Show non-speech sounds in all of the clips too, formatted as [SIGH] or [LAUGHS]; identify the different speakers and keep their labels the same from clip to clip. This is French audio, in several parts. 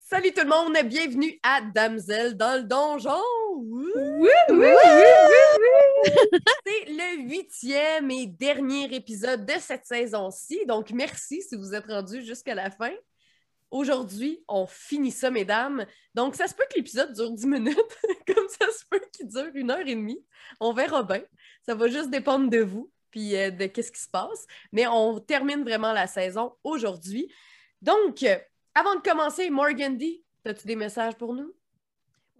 Speaker 1: Salut tout le monde, bienvenue à Damsel dans le donjon. Ouh!
Speaker 2: Oui, oui, oui, oui,
Speaker 1: C'est le huitième et dernier épisode de cette saison-ci, donc merci si vous êtes rendus jusqu'à la fin. Aujourd'hui, on finit ça, mesdames. Donc, ça se peut que l'épisode dure 10 minutes, [LAUGHS] comme ça se peut qu'il dure une heure et demie. On verra bien. Ça va juste dépendre de vous, puis euh, de qu'est-ce qui se passe. Mais on termine vraiment la saison aujourd'hui. Donc, euh, avant de commencer, Morgandy, as-tu des messages pour nous?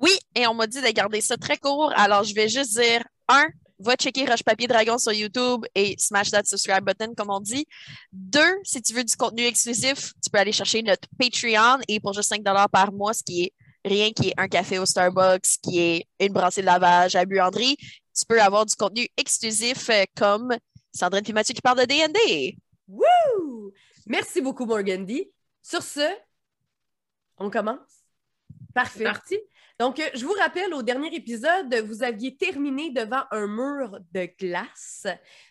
Speaker 2: Oui, et on m'a dit de garder ça très court, alors je vais juste dire un, va checker Roche Papier Dragon sur YouTube et smash that subscribe button, comme on dit. Deux, si tu veux du contenu exclusif, tu peux aller chercher notre Patreon et pour juste 5 par mois, ce qui est rien, qui est un café au Starbucks, qui est une brassée de lavage à buanderie, tu peux avoir du contenu exclusif euh, comme Sandrine et Mathieu qui parlent de D&D.
Speaker 1: Ouh! Merci beaucoup, Morgandy. Sur ce, on commence? Parfait. Parti. Donc, euh, je vous rappelle, au dernier épisode, vous aviez terminé devant un mur de glace.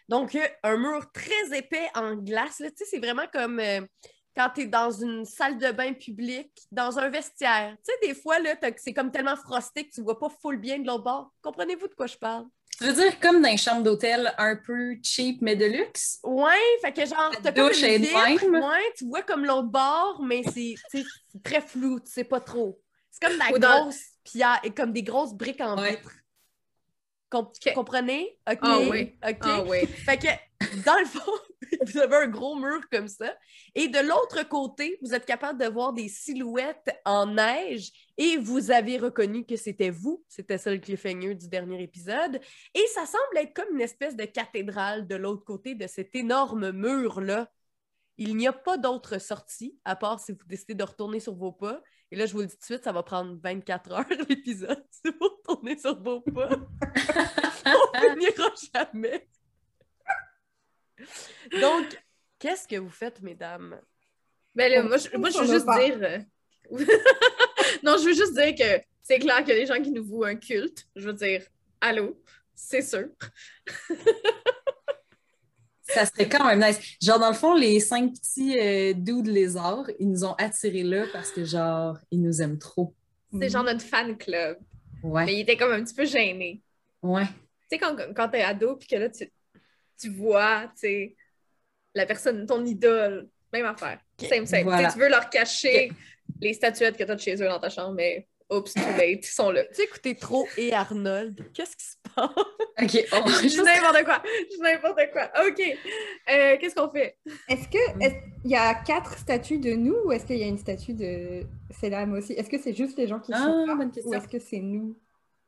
Speaker 1: Donc, euh, un mur très épais en glace. là. Tu sais, c'est vraiment comme euh, quand tu es dans une salle de bain publique, dans un vestiaire. Tu sais, des fois, là, t'as- c'est comme tellement frosté que tu vois pas full bien de l'autre bord. Comprenez-vous de quoi je parle?
Speaker 3: Tu veux dire comme dans une chambre d'hôtel un peu cheap mais de luxe?
Speaker 1: Ouais, fait que genre,
Speaker 3: La
Speaker 1: t'as comme une
Speaker 3: douche est de
Speaker 1: vitre,
Speaker 3: même.
Speaker 1: ouais, tu vois comme l'autre bord, mais c'est tu sais, c'est très flou, tu sais pas trop. C'est comme de la
Speaker 3: Ou dans-
Speaker 1: grosse pierre, et comme des grosses briques en
Speaker 3: Ouais.
Speaker 1: vitre. Com-
Speaker 3: Ok.
Speaker 1: Comprenez? OK,
Speaker 3: Ah oui.
Speaker 1: OK.
Speaker 3: oui.
Speaker 1: Fait que, dans le fond, [LAUGHS] vous avez un gros mur comme ça. Et de l'autre côté, vous êtes capable de voir des silhouettes en neige et vous avez reconnu que c'était vous. C'était ça le cliffhanger du dernier épisode. Et ça semble être comme une espèce de cathédrale de l'autre côté de cet énorme mur-là. Il n'y a pas d'autre sortie, à part si vous décidez de retourner sur vos pas. Et là, je vous le dis tout de suite, ça va prendre 24 heures [LAUGHS] l'épisode si vous retournez sur vos pas. [LAUGHS] On finira jamais. Donc, qu'est-ce que vous faites, mesdames?
Speaker 4: Ben là,
Speaker 3: On-
Speaker 4: moi, je, moi, je veux
Speaker 3: on a
Speaker 4: juste
Speaker 3: peur.
Speaker 4: dire. euh, [LAUGHS] non, je veux juste dire que c'est clair qu'il y a des gens qui nous vouent un culte. Je veux dire, allô, c'est sûr.
Speaker 3: Ça serait quand même nice. Genre, dans le fond, les cinq petits euh, dudes lézards, ils nous ont attirés là parce que, genre, ils nous aiment trop.
Speaker 4: C'est
Speaker 3: Mhm.
Speaker 4: genre notre fan club.
Speaker 3: Ouais.
Speaker 4: Mais il était comme un petit peu gêné.
Speaker 3: Ouais.
Speaker 4: Tu sais, quand, quand t'es ado, puis que là, tu, tu vois, tu sais, la personne, ton idole, même affaire. Same, same.
Speaker 3: Voilà.
Speaker 4: Tu sais, Tu veux leur cacher les statuettes que t'as de chez eux dans ta chambre, mais oups, too late, ils
Speaker 3: [LAUGHS]
Speaker 4: sont là.
Speaker 1: Tu écoutez trop et Arnold? Qu'est-ce qui se passe?
Speaker 4: [LAUGHS]
Speaker 3: OK. on-
Speaker 4: je dis n'importe quoi. Je dis n'importe quoi. OK. Euh, Qu'est-ce qu'on fait?
Speaker 5: Est-ce
Speaker 1: Mm.
Speaker 5: que est-ce- il y a quatre statues de nous ou est-ce qu'il y a une statue de Selam aussi Est-ce que c'est juste les gens qui
Speaker 3: Ah,
Speaker 5: sont là
Speaker 3: bonne
Speaker 5: ou
Speaker 3: question.
Speaker 5: est-ce que c'est nous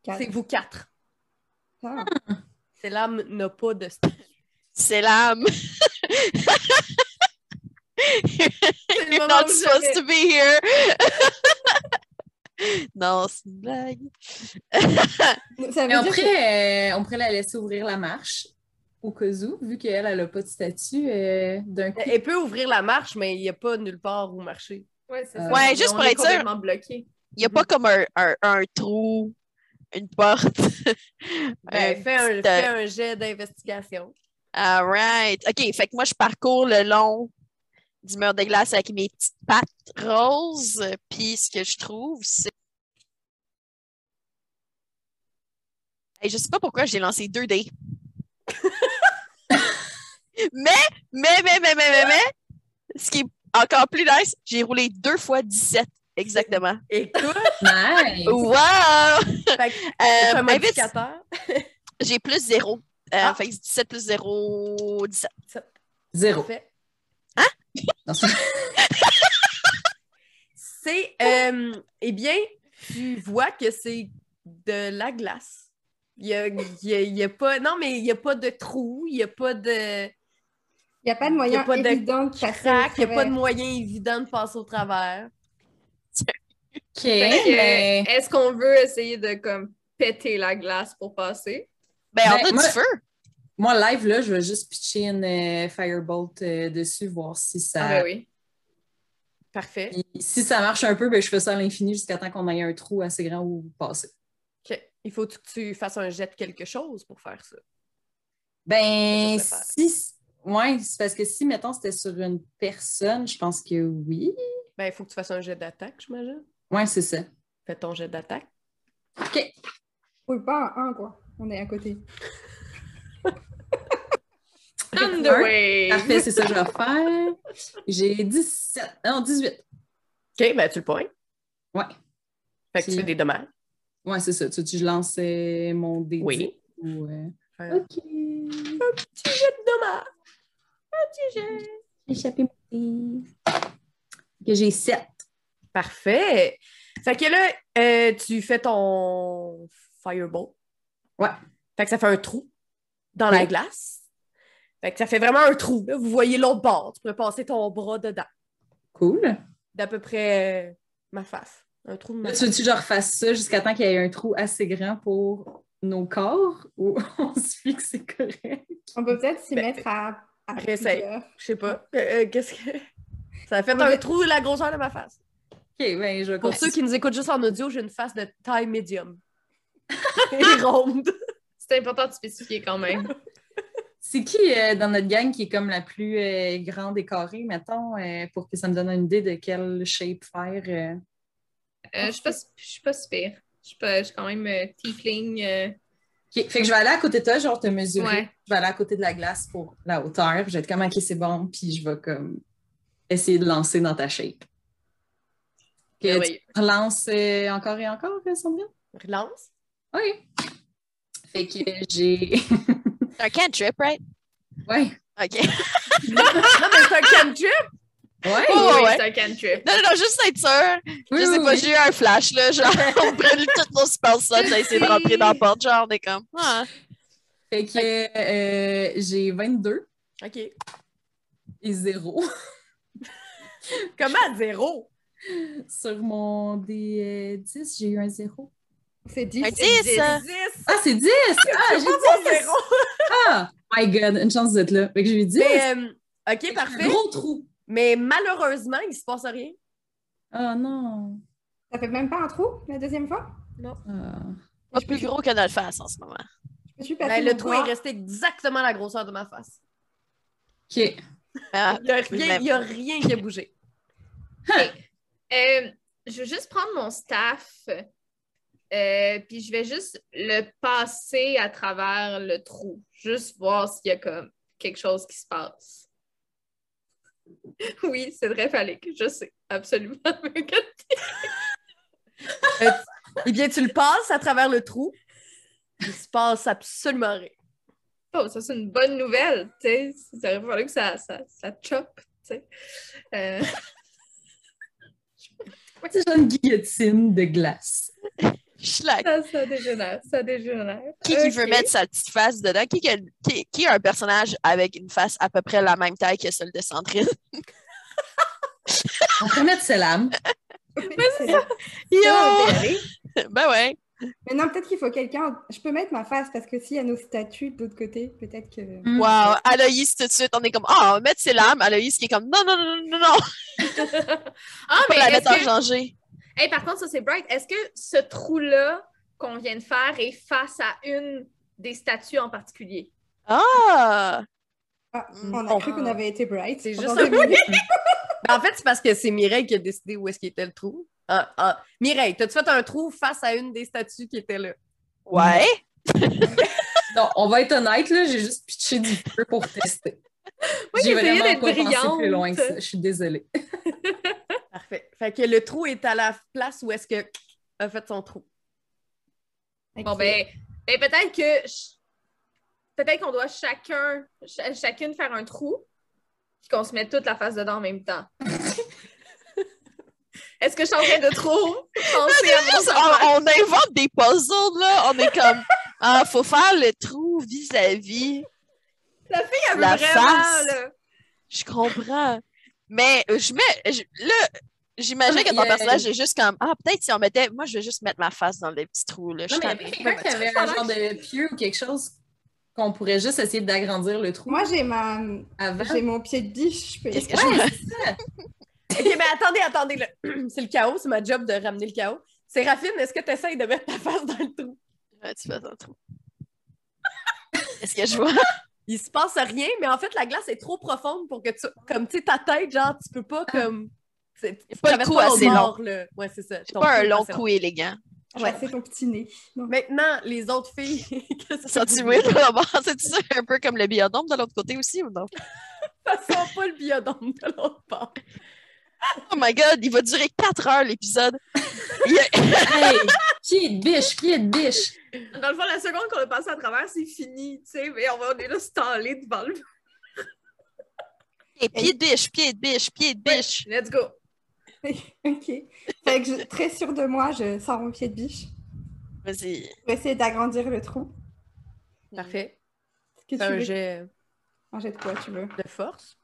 Speaker 5: quatre?
Speaker 1: C'est vous quatre.
Speaker 5: Ah,
Speaker 1: C'est l'âme n'a pas de
Speaker 2: C'est l'âme. [LAUGHS]
Speaker 4: le
Speaker 2: You're
Speaker 4: moment
Speaker 2: not
Speaker 4: où
Speaker 2: supposed to
Speaker 4: j'avais-
Speaker 2: be here. [LAUGHS] non, c'est une blague.
Speaker 4: Euh,
Speaker 1: Ah.
Speaker 5: Ça
Speaker 3: Mais
Speaker 5: veut
Speaker 3: on
Speaker 5: dire
Speaker 3: pourrait, euh, on pourrait la laisser ouvrir la marche au cas où, vu qu'elle, elle n'a pas de statut euh, d'un coup.
Speaker 1: Elle peut ouvrir la marche, mais il n'y a pas nulle part où marcher.
Speaker 4: Ouais, c'est
Speaker 3: Euh,
Speaker 4: ça.
Speaker 3: Ouais,
Speaker 4: On-
Speaker 2: juste
Speaker 4: on
Speaker 2: pour
Speaker 4: est
Speaker 2: être sûr.
Speaker 4: complètement bloqué. Mm-hmm.
Speaker 2: Il n'y a pas comme un, un- un trou, une porte. [LAUGHS]
Speaker 1: Ben,
Speaker 2: Euh,
Speaker 1: fais, un,
Speaker 2: petite,
Speaker 1: fais un jet d'investigation.
Speaker 2: All right. OK, fait que moi, je parcours le long du mur de glace avec mes petites pattes roses. Puis ce que je trouve, c'est. Hey, je sais pas pourquoi j'ai lancé deux dés. mais, mais, mais, mais, mais, mais, mais, ce qui est encore plus nice, j'ai roulé deux fois 17. Exactement.
Speaker 1: Écoute,
Speaker 3: Nice.
Speaker 4: Oh.
Speaker 2: Wow!
Speaker 1: [LAUGHS] fait que c'est
Speaker 2: Euh,
Speaker 1: un
Speaker 2: invite-
Speaker 1: modificateur.
Speaker 2: j'ai plus zéro. Euh,
Speaker 1: Ah.
Speaker 2: Fait que 17 plus 0, 17.
Speaker 3: Zéro.
Speaker 1: Parfait.
Speaker 3: Non,
Speaker 4: [LAUGHS]
Speaker 3: c'est-
Speaker 1: C'est, euh, eh bien, tu vois que c'est de la glace. Il n'y a, il y a- il y a pas... Non, mais il n'y a pas de trou, il n'y a pas de...
Speaker 5: qu'il n'y a pas de
Speaker 1: il y a
Speaker 5: moyen
Speaker 1: pas de
Speaker 5: évident de passer au
Speaker 1: crack, il n'y a pas de
Speaker 5: travers.
Speaker 1: moyen évident de passer au travers.
Speaker 3: OK,
Speaker 4: Fait
Speaker 5: Ben,
Speaker 4: que,
Speaker 3: mais...
Speaker 4: Est-ce qu'on veut essayer de comme péter la glace pour passer?
Speaker 2: Ben,
Speaker 3: Ben,
Speaker 2: on a
Speaker 3: moi-
Speaker 2: du feu.
Speaker 3: Moi, live, là, je vais juste pitcher une euh, firebolt euh, dessus, voir si ça...
Speaker 4: Ah, ben oui.
Speaker 1: Parfait.
Speaker 3: Puis, si ça marche un peu, ben, je fais ça à l'infini jusqu'à temps qu'on ait un trou assez grand où passer.
Speaker 1: OK. Il faut que tu fasses un jet de quelque chose pour faire ça.
Speaker 3: Ben,
Speaker 1: Ça, ça
Speaker 3: si. Ouais, c'est parce que si, mettons, c'était sur une personne, je pense que oui.
Speaker 1: Ben, il faut que tu fasses un jet d'attaque, j'imagine.
Speaker 3: Ouais, c'est ça.
Speaker 1: Fais ton jet d'attaque.
Speaker 3: OK.
Speaker 5: Oui, pas un, un, quoi. On est à côté.
Speaker 4: Thunderwave!
Speaker 3: Parfait, c'est ça que je vais faire. J'ai 17. Non, 18.
Speaker 1: OK, ben tu le pointes.
Speaker 3: Ouais.
Speaker 1: Fait que tu
Speaker 3: Puis-
Speaker 1: fais des dommages.
Speaker 3: Ouais, c'est ça. Tu veux que je lance euh, mon dé?
Speaker 1: Oui.
Speaker 3: ou, euh,
Speaker 1: Faire un
Speaker 3: OK.
Speaker 1: petit jet de dommages.
Speaker 3: Échappé mon Que j'ai 7.
Speaker 1: Parfait. Fait que là, euh, tu fais ton fireball.
Speaker 3: Ouais.
Speaker 1: Fait que ça fait un trou dans la
Speaker 3: Ouais.
Speaker 1: glace. Fait que ça fait vraiment un trou. là. Vous voyez l'autre bord. Tu pourrais passer ton bras dedans.
Speaker 3: Cool.
Speaker 1: D'à peu près euh, ma face. Un trou de ma
Speaker 3: Là, tu
Speaker 1: face.
Speaker 3: veux-tu que je refasse ça jusqu'à temps qu'il y ait un trou assez grand pour nos corps ou [LAUGHS] on se fait que c'est correct?
Speaker 5: On peut peut-être s'y
Speaker 1: Ben,
Speaker 5: mettre à, à
Speaker 1: réessaye.
Speaker 5: plusieurs.
Speaker 1: Je sais
Speaker 3: [LAUGHS]
Speaker 1: pas. Euh, euh, Qu'est-ce que. [LAUGHS] Ça a fait
Speaker 5: Ouais,
Speaker 1: un
Speaker 5: mais-
Speaker 1: trou la grosseur de ma face.
Speaker 3: OK, ben je vais
Speaker 1: Pour ceux qui nous écoutent juste en audio, j'ai une face de taille médium. [LAUGHS] Et ronde.
Speaker 4: C'est important de spécifier quand même.
Speaker 3: C'est qui euh, dans notre gang qui est comme la plus euh, grande et carrée, mettons, euh, pour que ça me donne une idée de quelle shape faire? euh?
Speaker 4: Euh, je suis pas, je suis pas si pire. Je suis pas- je suis quand même euh, tiefling. euh,
Speaker 3: OK, Fait que je vais aller à côté de toi, genre te mesurer.
Speaker 4: Ouais.
Speaker 3: Je vais aller à côté de la glace pour la hauteur. Je vais être comme, OK, c'est bon. Puis je vais comme essayer de lancer dans ta shape. Que
Speaker 1: Ben
Speaker 3: tu
Speaker 4: merveilleux.
Speaker 3: relances euh, encore et encore, euh, Sandrine?
Speaker 1: Relance.
Speaker 3: Oui. Fait que j'ai. [LAUGHS]
Speaker 2: C'est un cantrip, right?
Speaker 3: ouais.
Speaker 2: OK. [LAUGHS]
Speaker 1: Non, mais c'est un
Speaker 3: [LAUGHS]
Speaker 1: cantrip.
Speaker 3: Ouais.
Speaker 2: Oh,
Speaker 4: Oui, oui,
Speaker 2: ouais.
Speaker 4: C'est
Speaker 2: [LAUGHS]
Speaker 4: un cantrip.
Speaker 2: Non, non, non, juste être sûr.
Speaker 3: Oui,
Speaker 2: je sais
Speaker 3: oui,
Speaker 2: pas,
Speaker 3: oui.
Speaker 2: j'ai eu un flash, là. Genre, [LAUGHS] on brûle toutes nos spells, ça, t'as essayé de rentrer dans la porte, genre, on est comme. Ah.
Speaker 3: Fait que euh, j'ai 22
Speaker 1: OK.
Speaker 3: et 0
Speaker 1: Comment à zéro?
Speaker 3: [LAUGHS] sur mon D10. J'ai eu un 0.
Speaker 5: C'est 10.
Speaker 2: Un 10! euh,
Speaker 1: Dix.
Speaker 3: Ah, c'est 10! Ah, j'ai 10!
Speaker 1: Zéro.
Speaker 3: Ah! My God, une chance d'être là. Fait que j'ai eu 10.
Speaker 1: Mais, euh, OK,
Speaker 3: Fait que
Speaker 1: parfait.
Speaker 3: un gros trou.
Speaker 1: Mais malheureusement, il se passe rien.
Speaker 3: Ah non.
Speaker 5: Ça fait même pas un trou la deuxième fois
Speaker 3: Ah.
Speaker 2: Pas plus gros que notre face en ce moment.
Speaker 5: Je suis
Speaker 1: Ben,
Speaker 5: passée
Speaker 1: le
Speaker 5: mon
Speaker 1: trou
Speaker 5: bras.
Speaker 1: est resté exactement la grosseur de ma face.
Speaker 3: OK.
Speaker 2: Ah,
Speaker 1: Il n'y a, rien- il y a rien qui a bougé.
Speaker 4: Euh, je vais juste prendre mon staff, euh, puis je vais juste le passer à travers le trou, juste voir s'il y a comme quelque chose qui se passe. [LAUGHS] Oui, c'est très phallique, je sais, absolument. [LAUGHS]
Speaker 1: Eh bien, tu le passes à travers le trou. Il se passe absolument rien.
Speaker 4: Bon, ça c'est une bonne nouvelle, tu sais, ça aurait fallu que ça, ça, ça chope, tu sais. Euh,
Speaker 3: C'est genre une guillotine de glace.
Speaker 2: Schlack.
Speaker 4: ça, ça dégénère, ça dégénère.
Speaker 2: Qui, qui veut
Speaker 4: Ok.
Speaker 2: mettre sa petite face dedans? Qui, qui, a, qui- qui a un personnage avec une face à peu près la même taille que celle de
Speaker 3: [LAUGHS]
Speaker 2: Sandrine?
Speaker 3: On peut mettre ses lames.
Speaker 5: C'est-
Speaker 1: [LAUGHS]
Speaker 2: Yo! [LAUGHS] ben ouais.
Speaker 5: Mais non, peut-être qu'il faut quelqu'un. Je peux mettre ma face parce que s'il y a nos statues de l'autre côté, peut-être que.
Speaker 1: Mm.
Speaker 3: Mm.
Speaker 2: Wow. Aloïs, tout de suite, on est comme, ah, on va mettre ses lames. Aloïs qui est comme, non, non, non, non, non, non.
Speaker 4: ah,
Speaker 2: On
Speaker 4: mais
Speaker 2: la
Speaker 4: est-ce
Speaker 2: mettre en
Speaker 4: que-
Speaker 2: danger.
Speaker 4: Hey, par contre, ça c'est Bright. Est-ce que ce trou-là qu'on vient de faire est face à une des statues en particulier?
Speaker 2: Ah!
Speaker 5: Ah,
Speaker 2: Mm.
Speaker 5: on a
Speaker 1: Oh.
Speaker 5: cru qu'on avait été bright.
Speaker 1: C'est juste
Speaker 5: Pendant
Speaker 1: un
Speaker 5: deux minutes.
Speaker 1: Ben, en fait, c'est parce que c'est Mireille qui a décidé où est-ce qu'était le trou. Ah, ah. Mireille, t'as-tu fait un trou face à une des statues qui était là?
Speaker 2: Ouais.
Speaker 3: Non, on va être honnête, là, j'ai juste pitché du feu pour tester.
Speaker 4: Moi, j'ai essayé d'être brillante.
Speaker 3: plus loin que ça. Je suis désolée.
Speaker 1: Parfait. Fait que le trou est à la place où est-ce que [CLEARS THROAT] a fait son trou.
Speaker 4: Bon, ben, ben, peut-être que. ch- Peut-être qu'on doit chacun, ch- chacune faire un trou, puis qu'on se mette toute la face dedans en même temps. [LAUGHS] Est-ce que je suis en train de trop penser à mon
Speaker 2: Juste, [LAUGHS] on, on invente des puzzles, là. On est comme, [LAUGHS] ah, faut faire le trou vis-à-vis.
Speaker 4: La fille, elle veut
Speaker 2: La
Speaker 4: vraiment,
Speaker 2: face.
Speaker 4: là.
Speaker 2: Je comprends. Mais euh, je mets. je- là, j'imagine que ton
Speaker 3: Yeah.
Speaker 2: personnage est juste comme Ah, peut-être si on mettait. Moi, je vais juste mettre ma face dans le petit trou. Là. Je
Speaker 3: Non,
Speaker 2: suis
Speaker 3: mais il y
Speaker 2: comme-
Speaker 3: avait quelqu'un qui avait un genre de pieu ou quelque chose qu'on pourrait juste essayer d'agrandir le trou
Speaker 5: Moi, j'ai ma...
Speaker 3: avant.
Speaker 5: j'ai mon pied de biche. Je peux...
Speaker 2: Qu'est-ce que je-
Speaker 3: Ouais,
Speaker 1: OK, mais attendez, attendez. là. C'est le [CLEARS THROAT] chaos. C'est ma job de ramener le chaos. Séraphine, est-ce que tu essayes de mettre ta face dans le trou?
Speaker 2: [LAUGHS] Ouais, tu fais dans le trou. Est-ce que je [LAUGHS] vois?
Speaker 1: Il se passe rien, mais en fait, la glace est trop profonde pour que tu. Comme, tu sais, ta tête, genre, tu peux pas, comme, C'est tu
Speaker 2: pas le
Speaker 1: traverses
Speaker 2: cou
Speaker 1: l'autre
Speaker 2: assez long.
Speaker 1: bord, là. Ouais, c'est ça.
Speaker 2: C'est
Speaker 1: Ton
Speaker 2: pas un
Speaker 1: cou est
Speaker 2: long
Speaker 1: assez
Speaker 2: coup élégant.
Speaker 5: Ouais, c'est ton petit nez. [LAUGHS] Non.
Speaker 1: Maintenant, les autres filles. [LAUGHS] Qu'est-ce que
Speaker 2: Senti
Speaker 1: vous
Speaker 2: weird
Speaker 1: dites?
Speaker 2: là-bas. [LAUGHS] C'est ça un peu comme le biodôme de l'autre côté aussi ou non?
Speaker 1: Ça sent pas le biodôme de l'autre part.
Speaker 2: [LAUGHS] Oh my god, il va durer 4 heures l'épisode. [LAUGHS] Il y a-
Speaker 3: Hey, qui est de biche? Qui est de biche?
Speaker 4: Dans le fond, la seconde qu'on a passée à travers, c'est fini, tu sais, mais on, va- on est là stallé devant le...
Speaker 2: Et pied de biche, pied de biche, pied de biche.
Speaker 4: Let's go!
Speaker 5: Ok. Fait que je, très sûre de moi, je sors mon pied de biche
Speaker 2: Vas-y.
Speaker 5: pour essayer d'agrandir le trou.
Speaker 1: Parfait.
Speaker 5: Ce que
Speaker 1: C'est
Speaker 5: tu
Speaker 1: un
Speaker 5: veux.
Speaker 1: jet
Speaker 5: Un jet de quoi tu veux
Speaker 1: de force.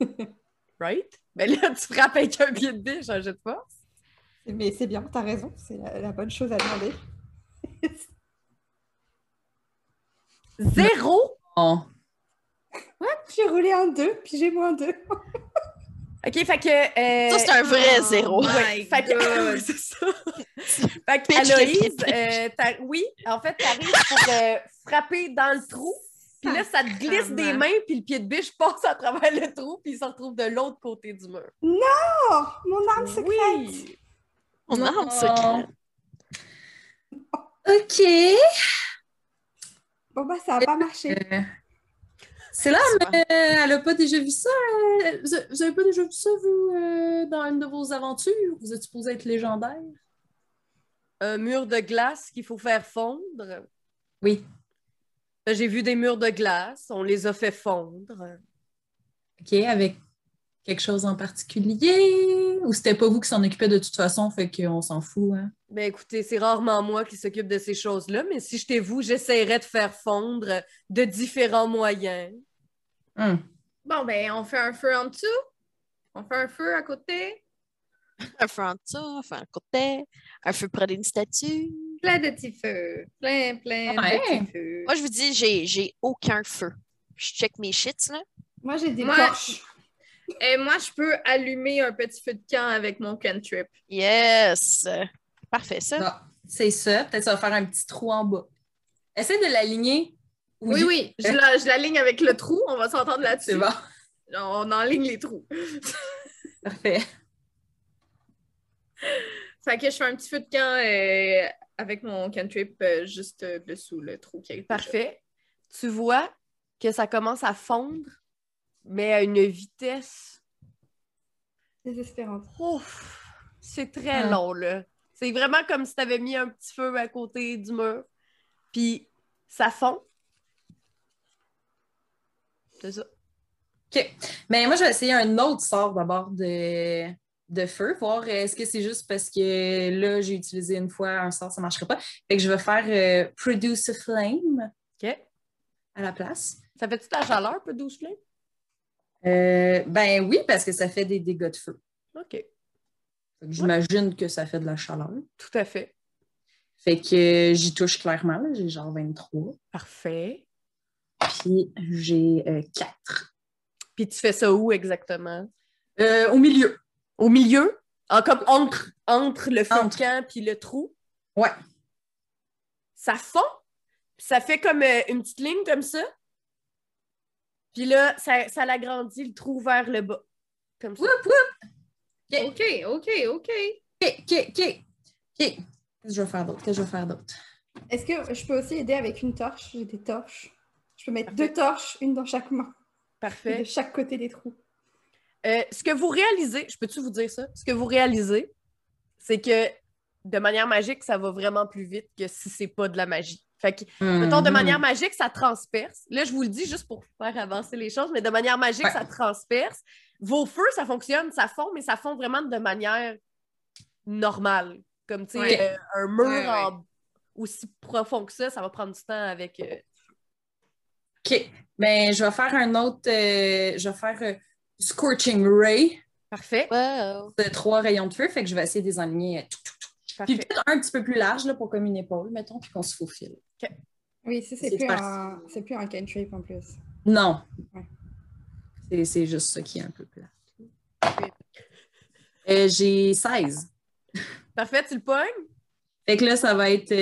Speaker 1: [LAUGHS] right? Mais là, tu frappes avec un pied de biche, un jet de force.
Speaker 5: Mais c'est bien, t'as raison, c'est la, la bonne chose à demander.
Speaker 1: Zéro!
Speaker 3: Oh.
Speaker 5: J'ai roulé un 2, puis j'ai moins 2.
Speaker 1: OK, fait que... euh,
Speaker 2: Ça, c'est un vrai
Speaker 4: Oh
Speaker 2: zéro.
Speaker 4: my
Speaker 1: Ouais, fait que...
Speaker 4: God.
Speaker 1: c'est ça. [LAUGHS] fait que,
Speaker 2: Pitch de
Speaker 1: Aloïse,
Speaker 2: pied de
Speaker 1: euh, t'as- oui, en fait, t'arrives pour euh, frapper dans le trou, puis là, ça te glisse des
Speaker 4: Sacrément.
Speaker 1: mains, puis le pied de biche passe à travers le trou, puis il se retrouve de l'autre côté du mur.
Speaker 5: Oh, mon arme secrète
Speaker 1: Oui!
Speaker 2: On a un
Speaker 3: Non.
Speaker 2: secret.
Speaker 3: OK.
Speaker 5: Bon, bah, ça a pas marché.
Speaker 3: Euh, C'est là,
Speaker 2: C'est
Speaker 3: mais euh, elle a pas déjà vu ça. euh, vous, vous avez pas déjà vu ça, vous, euh, dans une de vos aventures? Vous êtes supposé être légendaire?
Speaker 1: Un mur de glace qu'il faut faire fondre.
Speaker 3: Oui.
Speaker 1: Là, J'ai vu des murs de glace, on les a fait fondre.
Speaker 3: OK, avec quelque chose en particulier? Ou c'était pas vous qui s'en occupait de toute façon, fait qu'on s'en fout, hein?
Speaker 1: Ben écoutez, c'est rarement moi qui s'occupe de ces choses-là, mais si j'étais vous, j'essaierais de faire fondre de différents moyens.
Speaker 3: Hum.
Speaker 4: Bon, ben, on fait un feu en dessous. On fait un feu à côté.
Speaker 2: Un feu en dessous, un feu en côté, un feu près d'une statue.
Speaker 4: Plein de petits feux. Plein, plein
Speaker 3: Ouais.
Speaker 4: de petits feux.
Speaker 2: Moi, je vous dis, j'ai- j'ai aucun feu. Je check mes shits, là.
Speaker 5: Moi, j'ai des
Speaker 4: Moi-
Speaker 5: torches.
Speaker 4: Et moi, je peux allumer un petit feu de camp avec mon cantrip.
Speaker 2: Yes! Parfait, ça.
Speaker 3: Bon, c'est ça. Peut-être ça va faire un petit trou en bas. Essaye de l'aligner.
Speaker 4: Oui, oui, je la- je l'aligne avec le trou. On va s'entendre là-dessus.
Speaker 3: C'est bon. [LAUGHS]
Speaker 4: On enligne les trous.
Speaker 3: Parfait.
Speaker 4: Fait que je fais un petit feu de camp euh, avec mon cantrip euh, juste euh, dessous le trou qui arrive.
Speaker 1: Parfait. Tu vois que ça commence à fondre, mais à une vitesse.
Speaker 5: Désespérante.
Speaker 1: Ouf! C'est très
Speaker 3: Ah.
Speaker 1: long, là. C'est vraiment comme si tu avais mis un petit feu à côté du mur, puis ça fond. C'est ça.
Speaker 3: Mais moi, je vais essayer un autre sort d'abord de, de feu, voir euh, est-ce que c'est juste parce que là, j'ai utilisé une fois un sort, ça ne marcherait pas. Fait que je vais faire euh, Produce a Flame
Speaker 1: OK.
Speaker 3: à la place.
Speaker 1: Ça fait-tu de la chaleur, peu douce là?
Speaker 3: Euh, ben oui, parce que ça fait des dégâts de feu.
Speaker 1: OK.
Speaker 3: Fait que J'imagine que ça fait de la chaleur.
Speaker 1: Tout à fait.
Speaker 3: Fait que euh, j'y touche clairement, là, j'ai genre 23.
Speaker 1: Parfait.
Speaker 3: Puis j'ai euh, 4.
Speaker 1: Puis tu fais ça où exactement?
Speaker 3: Euh, au milieu.
Speaker 1: Au milieu? En, comme entre, entre le feu de
Speaker 3: Entre.
Speaker 1: camp puis le trou?
Speaker 3: Ouais.
Speaker 1: Ça fond? Puis ça fait comme euh, une petite ligne comme ça? Puis là, ça, ça l'agrandit le trou vers le bas. Comme ça.
Speaker 3: Woup, woup.
Speaker 4: OK, OK,
Speaker 3: OK, OK,
Speaker 4: OK.
Speaker 3: OK. OK. Qu'est-ce que je vais faire d'autre? Qu'est-ce que je vais faire d'autre?
Speaker 5: Est-ce que je peux aussi aider avec une torche J'ai des torches. Je peux mettre deux torches, une dans chaque main, et de
Speaker 1: Parfait.
Speaker 5: chaque côté des trous.
Speaker 1: Euh, ce que vous réalisez, je peux-tu vous dire ça? Ce que vous réalisez, c'est que de manière magique, ça va vraiment plus vite que si c'est pas de la magie. Fait que Mettons, de
Speaker 3: Mhm.
Speaker 1: manière magique, ça transperce. Là, je vous le dis juste pour faire avancer les choses, mais de manière magique,
Speaker 3: Ouais.
Speaker 1: ça transperce. Vos feux, ça fonctionne, ça fond, mais ça fond vraiment de manière normale. Comme, tu sais,
Speaker 4: Ouais.
Speaker 1: euh, un mur
Speaker 4: Ouais, ouais.
Speaker 1: en- aussi profond que ça, ça va prendre du temps avec... euh,
Speaker 3: OK. Ben, je vais faire un autre. euh, je vais faire euh, Scorching Ray
Speaker 1: Parfait,
Speaker 2: Wow!
Speaker 3: de trois rayons de feu. Fait que je vais essayer de les enligner. euh, tout, tout, tout. Puis
Speaker 1: parfait.
Speaker 3: peut-être un petit peu plus large là, pour comme une épaule, mettons, puis qu'on se faufile.
Speaker 5: Oui, ça, c'est
Speaker 3: C'est
Speaker 5: plus,
Speaker 3: parti.
Speaker 5: un... c'est plus un cantrip en plus.
Speaker 3: Non.
Speaker 5: Ouais.
Speaker 3: C'est- C'est juste ça qui est un peu plat. Euh, J'ai 16.
Speaker 1: Parfait, tu le pognes?
Speaker 3: Fait que là, ça va être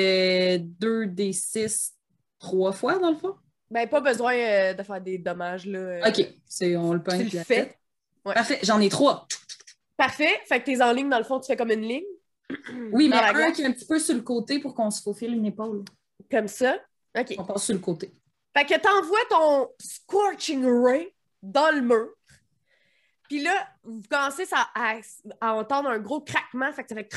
Speaker 3: 2 des 6 trois fois dans le fond.
Speaker 1: Ben, pas besoin euh, de faire des dommages, là. euh,
Speaker 3: OK. C'est- On le
Speaker 1: Tu
Speaker 3: pointe.
Speaker 1: le
Speaker 3: puis la
Speaker 1: fais.
Speaker 3: tête. Parfait. J'en ai trois.
Speaker 1: Parfait. Fait que t'es en ligne, dans le fond, tu fais comme une ligne.
Speaker 3: Oui,
Speaker 1: Dans
Speaker 3: mais
Speaker 1: la
Speaker 3: un
Speaker 1: glace.
Speaker 3: qui est un petit peu sur le côté pour qu'on se faufile une épaule.
Speaker 1: Comme ça. OK.
Speaker 3: On passe sur le côté.
Speaker 1: Fait que t'envoies ton scorching ray dans le mur. Puis là, vous commencez à, à- à entendre un gros craquement. Fait que ça fait...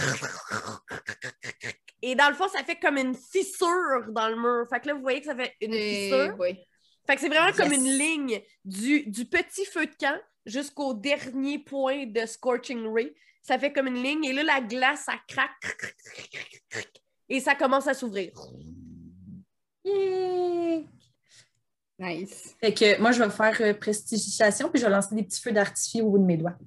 Speaker 1: Et dans le fond, ça fait comme une fissure dans le mur. Fait que là, vous voyez que ça fait une
Speaker 4: Et
Speaker 1: fissure.
Speaker 4: oui.
Speaker 1: Fait que c'est vraiment comme
Speaker 3: Yes.
Speaker 1: une ligne du, du petit feu de camp jusqu'au dernier point de Scorching Ray. Ça fait comme une ligne et là, la glace, ça craque et ça commence à s'ouvrir.
Speaker 5: Nice.
Speaker 3: Fait que moi, je vais faire euh, prestidigitation puis je vais lancer des petits feux d'artifice au bout de
Speaker 1: [LAUGHS]
Speaker 3: mes doigts.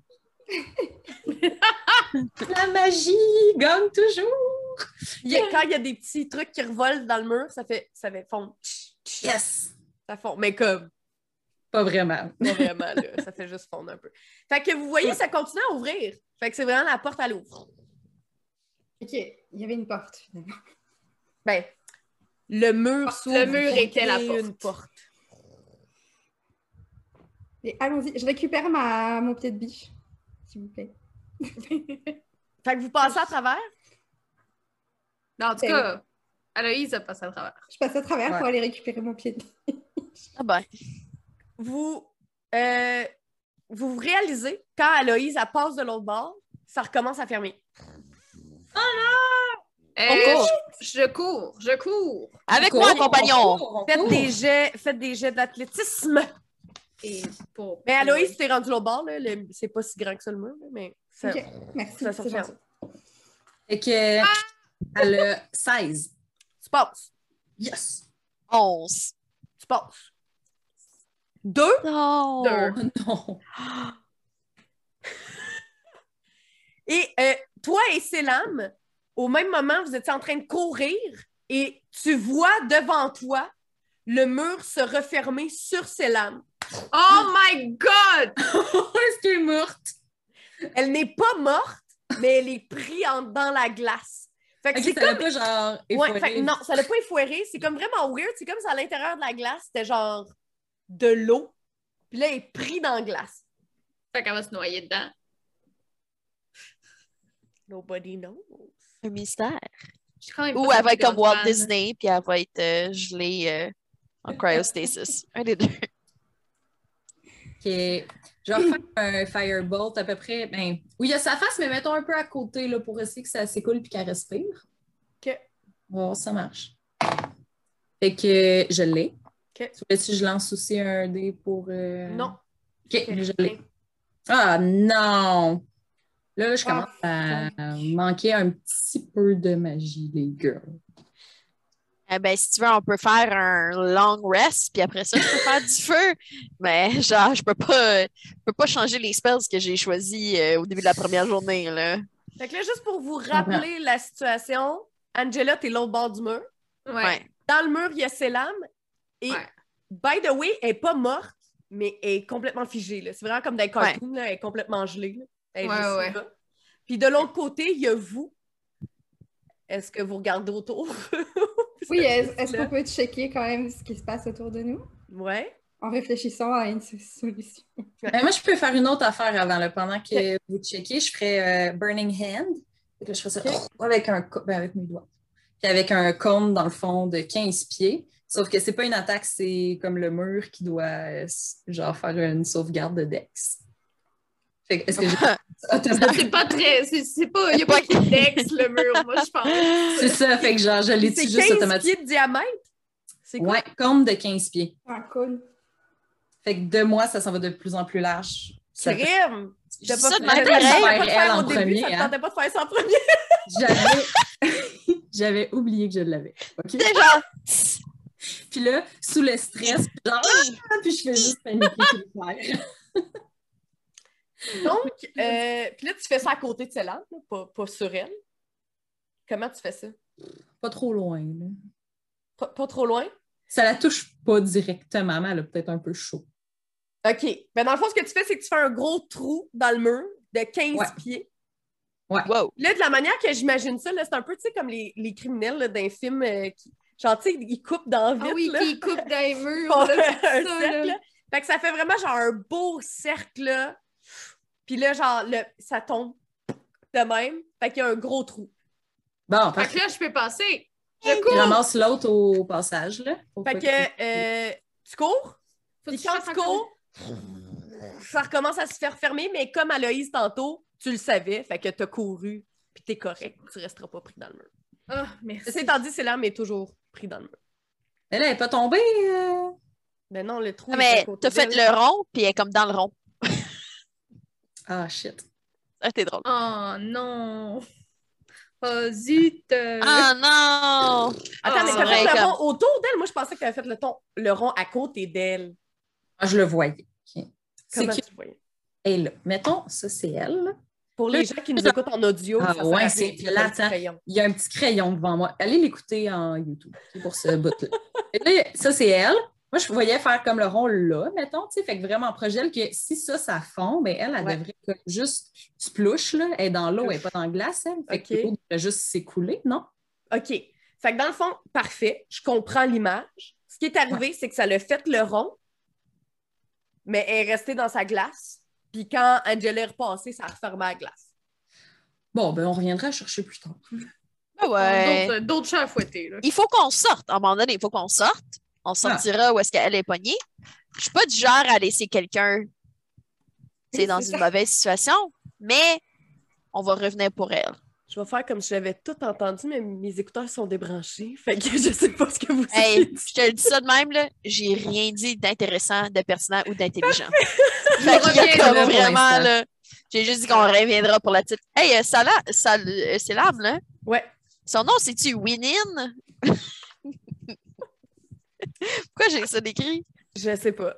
Speaker 3: La magie gagne toujours!
Speaker 1: Il y a- quand il y a des petits trucs qui revolent dans le mur, ça fait, ça fait fondre.
Speaker 3: Yes!
Speaker 1: Ça fond, mais comme,
Speaker 3: Pas vraiment.
Speaker 1: pas vraiment, là, ça fait juste fondre un peu. Fait que vous voyez, ça continue à ouvrir. Fait que c'est vraiment la porte à l'ouvre.
Speaker 5: Ok, il y avait une porte finalement.
Speaker 1: Ben, le mur s'ouvre.
Speaker 4: Le mur
Speaker 1: pour
Speaker 4: était la
Speaker 1: créer Une
Speaker 4: porte.
Speaker 1: porte.
Speaker 5: Mais allons-y, je récupère ma... mon pied de biche, s'il vous plaît.
Speaker 1: Fait que vous passez à travers.
Speaker 4: Mais En tout
Speaker 5: Ben
Speaker 4: cas, Aloïse a passé à travers.
Speaker 5: Je passe à travers
Speaker 3: Ouais.
Speaker 5: pour aller récupérer mon pied de biche.
Speaker 2: Ah ben,
Speaker 1: vous, euh, vous réalisez quand Aloïse elle passe de l'autre bord, ça recommence à fermer.
Speaker 4: Euh,
Speaker 2: court.
Speaker 4: je, je cours, je cours.
Speaker 2: avec
Speaker 3: On
Speaker 2: moi,
Speaker 3: court,
Speaker 2: compagnon!
Speaker 3: on court, on
Speaker 1: Faites
Speaker 3: court.
Speaker 1: des jets, faites des jets d'athlétisme.
Speaker 4: Et pour...
Speaker 1: Mais Aloïse, t'es rendu l'autre bord, là, le- c'est pas si grand que ça le mur, là, mais ça,
Speaker 5: Ok, merci.
Speaker 1: ça
Speaker 5: c'est
Speaker 1: se ferme.
Speaker 5: gentil.
Speaker 3: Fait que elle a 16.
Speaker 1: Tu passes, [LAUGHS]
Speaker 3: Yes!
Speaker 2: 11.
Speaker 1: tu passes. Deux,
Speaker 2: Non!
Speaker 4: Deux.
Speaker 3: Oh non! [LAUGHS]
Speaker 1: et euh, toi et Selam, au même moment, vous étiez en train de courir et tu vois devant toi le mur se refermer sur Selam.
Speaker 4: Oh my God!
Speaker 3: Est-ce qu'elle est morte?
Speaker 1: Elle n'est pas morte, mais elle est prise en- dans la glace. Fait que
Speaker 3: Ok,
Speaker 1: c'est
Speaker 3: ça
Speaker 1: comme
Speaker 3: l'a pas genre
Speaker 1: Ouais,
Speaker 3: effoiré.
Speaker 1: fait que non, ça l'a pas effoiré. C'est comme vraiment weird. C'est comme si à l'intérieur de la glace, c'était genre de l'eau. Puis là, il est pris dans la glace.
Speaker 4: Fait qu'elle va se noyer dedans.
Speaker 1: Nobody knows.
Speaker 2: Un mystère.
Speaker 4: Je suis quand même
Speaker 2: Ou
Speaker 4: pas
Speaker 2: elle va
Speaker 4: une
Speaker 2: être comme Walt
Speaker 4: grande fan.
Speaker 2: Disney, puis elle va être euh, gelée euh, en cryostasis. Un des deux.
Speaker 3: Ok. Je vais refaire un firebolt à peu près. Ben, oui, il y a sa face, mais mettons un peu à côté là, pour essayer que ça s'écoule puis qu'elle respire.
Speaker 1: Ok.
Speaker 3: On va voir si ça marche. Fait que euh, je l'ai.
Speaker 1: Ok.
Speaker 3: Tu veux si je lance aussi un dé pour. euh,
Speaker 1: Non.
Speaker 3: Ok, je l'ai. Ah non! Là, là, je
Speaker 5: Ah,
Speaker 3: commence à manquer un petit peu de magie, les girls.
Speaker 2: Eh ben, si tu veux, on peut faire un long rest, puis après ça, je peux faire du feu. Mais genre, je peux pas, je peux pas changer les spells que j'ai choisis euh, au début de la première journée, là.
Speaker 1: Fait que là, juste pour vous rappeler la situation, Angela, t'es l'autre bord du mur.
Speaker 4: Ouais.
Speaker 2: Ouais.
Speaker 1: Dans le mur, il y a Selam. Et
Speaker 4: Ouais.
Speaker 1: by the way, elle n'est pas morte, mais elle est complètement figée. là. C'est vraiment comme dans les cartoons, là, elle est complètement gelée. là. Elle est
Speaker 4: Ouais,
Speaker 1: juste
Speaker 4: ouais.
Speaker 1: là. Puis de l'autre côté, il y a vous. Est-ce que vous regardez autour? [LAUGHS]
Speaker 5: Oui, est- est-ce
Speaker 1: Là.
Speaker 5: qu'on peut checker quand même ce qui se passe autour de nous
Speaker 1: Ouais.
Speaker 5: en réfléchissant à une [LAUGHS] so- solution
Speaker 3: Ben, moi, je peux faire une autre affaire avant. là. Pendant que vous checkez, je ferais euh, Burning Hand. Fait que là, je ferais ça avec, un, co- ben, avec mes doigts. Puis avec un cône, dans le fond, de 15 pieds. Sauf que c'est pas une attaque, c'est comme le mur qui doit euh, s- genre faire une sauvegarde de Dex. Fait que, est-ce que j'ai...
Speaker 1: [LAUGHS]
Speaker 3: [LAUGHS]
Speaker 4: Ça, C'est pas très. c'est- C'est pas. Il n'y a pas qui dex le mur, moi,
Speaker 2: [LAUGHS]
Speaker 4: je pense.
Speaker 3: c'est ça, fait que genre, je l'ai
Speaker 1: C'est
Speaker 3: juste
Speaker 1: 15
Speaker 3: automatiquement.
Speaker 1: pieds de diamètre? C'est quoi?
Speaker 3: Ouais, cône de 15 pieds.
Speaker 5: Un cône.
Speaker 3: Fait que de moi, ça s'en va de plus en plus large. Ça fait-
Speaker 1: Crime!
Speaker 3: Je
Speaker 1: T'as
Speaker 3: dis
Speaker 1: pas
Speaker 3: ça
Speaker 1: fait-
Speaker 3: de
Speaker 1: t'as
Speaker 3: même
Speaker 1: pas
Speaker 3: façon
Speaker 1: fait- t'as
Speaker 3: faire
Speaker 1: pas fait
Speaker 3: elle
Speaker 1: au
Speaker 3: en
Speaker 1: début,
Speaker 3: premier,
Speaker 1: Ça te
Speaker 3: hein.
Speaker 1: tentait pas de faire ça en premier?
Speaker 3: J'avais- [LAUGHS] J'avais oublié que je l'avais. ok?
Speaker 2: C'est genre,
Speaker 3: [LAUGHS] Puis là, sous le stress, genre, Ah! puis je fais juste paniquer puis le faire.
Speaker 4: [LAUGHS]
Speaker 1: Donc, euh, puis là, tu fais ça à côté de Selam, là, pas, pas sur elle. Comment tu fais ça?
Speaker 3: [LAUGHS] Pas trop loin. là.
Speaker 1: Pas- pas trop loin?
Speaker 3: Ça la touche pas directement, mais elle a peut-être un peu chaud.
Speaker 1: OK. Ben dans le fond, ce que tu fais, c'est que tu fais un gros trou dans le mur de 15
Speaker 3: Ouais.
Speaker 1: pieds.
Speaker 2: wow.
Speaker 1: Là, de la manière que j'imagine ça, là, c'est un peu, tu sais, comme les, les criminels là, d'un film euh, qui... Genre, tu sais, ils coupent dans vite,
Speaker 4: Ah oui,
Speaker 1: là,
Speaker 4: qui coupe dans les murs.
Speaker 1: pour
Speaker 4: là,
Speaker 1: un
Speaker 4: ça,
Speaker 1: cercle.
Speaker 4: là.
Speaker 1: là. Fait que ça fait vraiment genre un beau cercle, là. Puis là, genre, le, ça tombe de même. Fait qu'il y a un gros trou.
Speaker 3: Bon,
Speaker 4: Fait
Speaker 3: parfait.
Speaker 4: que là, je peux passer. Je
Speaker 3: Il
Speaker 4: cours.
Speaker 3: ramasse l'autre au passage, là. pour
Speaker 1: Fait
Speaker 3: pas
Speaker 1: que euh, tu cours,
Speaker 4: Faut
Speaker 1: puis
Speaker 4: que
Speaker 1: quand
Speaker 4: fasses
Speaker 1: tu
Speaker 4: encore
Speaker 1: cours, [LAUGHS] ça recommence à se faire fermer, mais comme Aloïse tantôt, tu le savais, fait que t'as couru, puis t'es correct, tu resteras pas pris dans le mur.
Speaker 4: une- Ah, merci.
Speaker 1: C'est tandis que l'arme est toujours pris dans le mur.
Speaker 3: Mais là, elle n'est pas tombée. euh.
Speaker 1: Mais Ben non, le trou.
Speaker 2: Ah,
Speaker 1: est
Speaker 2: mais
Speaker 1: à côté
Speaker 2: t'as fait
Speaker 1: d'elle.
Speaker 2: le rond, puis elle est comme dans le rond.
Speaker 3: Ah, shit.
Speaker 2: Ah, t'es drôle.
Speaker 4: Oh non. Oh zut. euh.
Speaker 2: Ah non!
Speaker 1: Attends,
Speaker 4: Ah,
Speaker 1: mais
Speaker 4: c'est
Speaker 1: t'as fait
Speaker 2: vrai,
Speaker 1: le rond autour d'elle? Moi, je pensais que t'avais fait le, ton, le rond à côté d'elle.
Speaker 3: Ah, je le voyais. Ok. C'est
Speaker 1: Comment
Speaker 3: qui
Speaker 1: tu voyais?
Speaker 3: est là? Mettons, ça, c'est elle.
Speaker 1: Pour les gens qui nous écoutent en audio,
Speaker 3: Ah
Speaker 1: ça sert
Speaker 3: ouais,
Speaker 1: à rien,
Speaker 3: c'est
Speaker 1: un
Speaker 3: plate,
Speaker 1: petit
Speaker 3: hein.
Speaker 1: crayon.
Speaker 3: Il y a un petit crayon devant moi. Allez l'écouter en YouTube ok, pour ce bout-là. Et là, ça, c'est elle. Moi, je voyais faire comme le rond là, mettons, tu sais, fait que vraiment proche d'elle, que si ça, ça fond, ben elle, elle
Speaker 1: Ouais.
Speaker 3: devrait comme juste se plouche, là. Elle est dans l'eau, elle n'est pas dans la glace, elle. Fait que
Speaker 1: Ok.
Speaker 3: l'eau devrait juste s'écouler, non?
Speaker 1: OK. Fait que dans le fond, parfait, je comprends l'image. Ce qui est arrivé, c'est que ça l'a fait le rond, mais elle est restée dans sa glace. Puis quand Angela est repassée, ça a refermé la glace.
Speaker 3: Bon, ben on reviendra chercher plus tard.
Speaker 2: Ah ouais.
Speaker 4: D'autres- D'autres chats à fouetter, là.
Speaker 2: Il faut qu'on sorte. À un moment donné, il faut qu'on sorte. On sortira où est-ce qu'elle est pognée. Je suis pas du genre à laisser quelqu'un tu sais, dans
Speaker 5: C'est
Speaker 2: une
Speaker 5: ça.
Speaker 2: mauvaise situation, mais on va revenir pour elle.
Speaker 1: Je vais faire comme si j'avais tout entendu, mais mes écouteurs sont débranchés. Fait que je sais pas ce que vous
Speaker 2: Hey,
Speaker 1: dites.
Speaker 2: je te le dis ça de même, là, j'ai rien dit d'intéressant, de pertinent ou d'intelligent. [LAUGHS]
Speaker 4: Je
Speaker 2: Fait qu'il y a
Speaker 4: reviens,
Speaker 2: comme
Speaker 4: là.
Speaker 3: pour
Speaker 2: vraiment,
Speaker 3: l'instant.
Speaker 2: là, j'ai juste dit qu'on reviendra pour la titre. Hey, euh, Salah, Sal- euh, c'est l'âme, là.
Speaker 1: Ouais.
Speaker 2: Son nom, c'est-tu Winin? [LAUGHS] Pourquoi j'ai ça décrit?
Speaker 1: Je sais pas.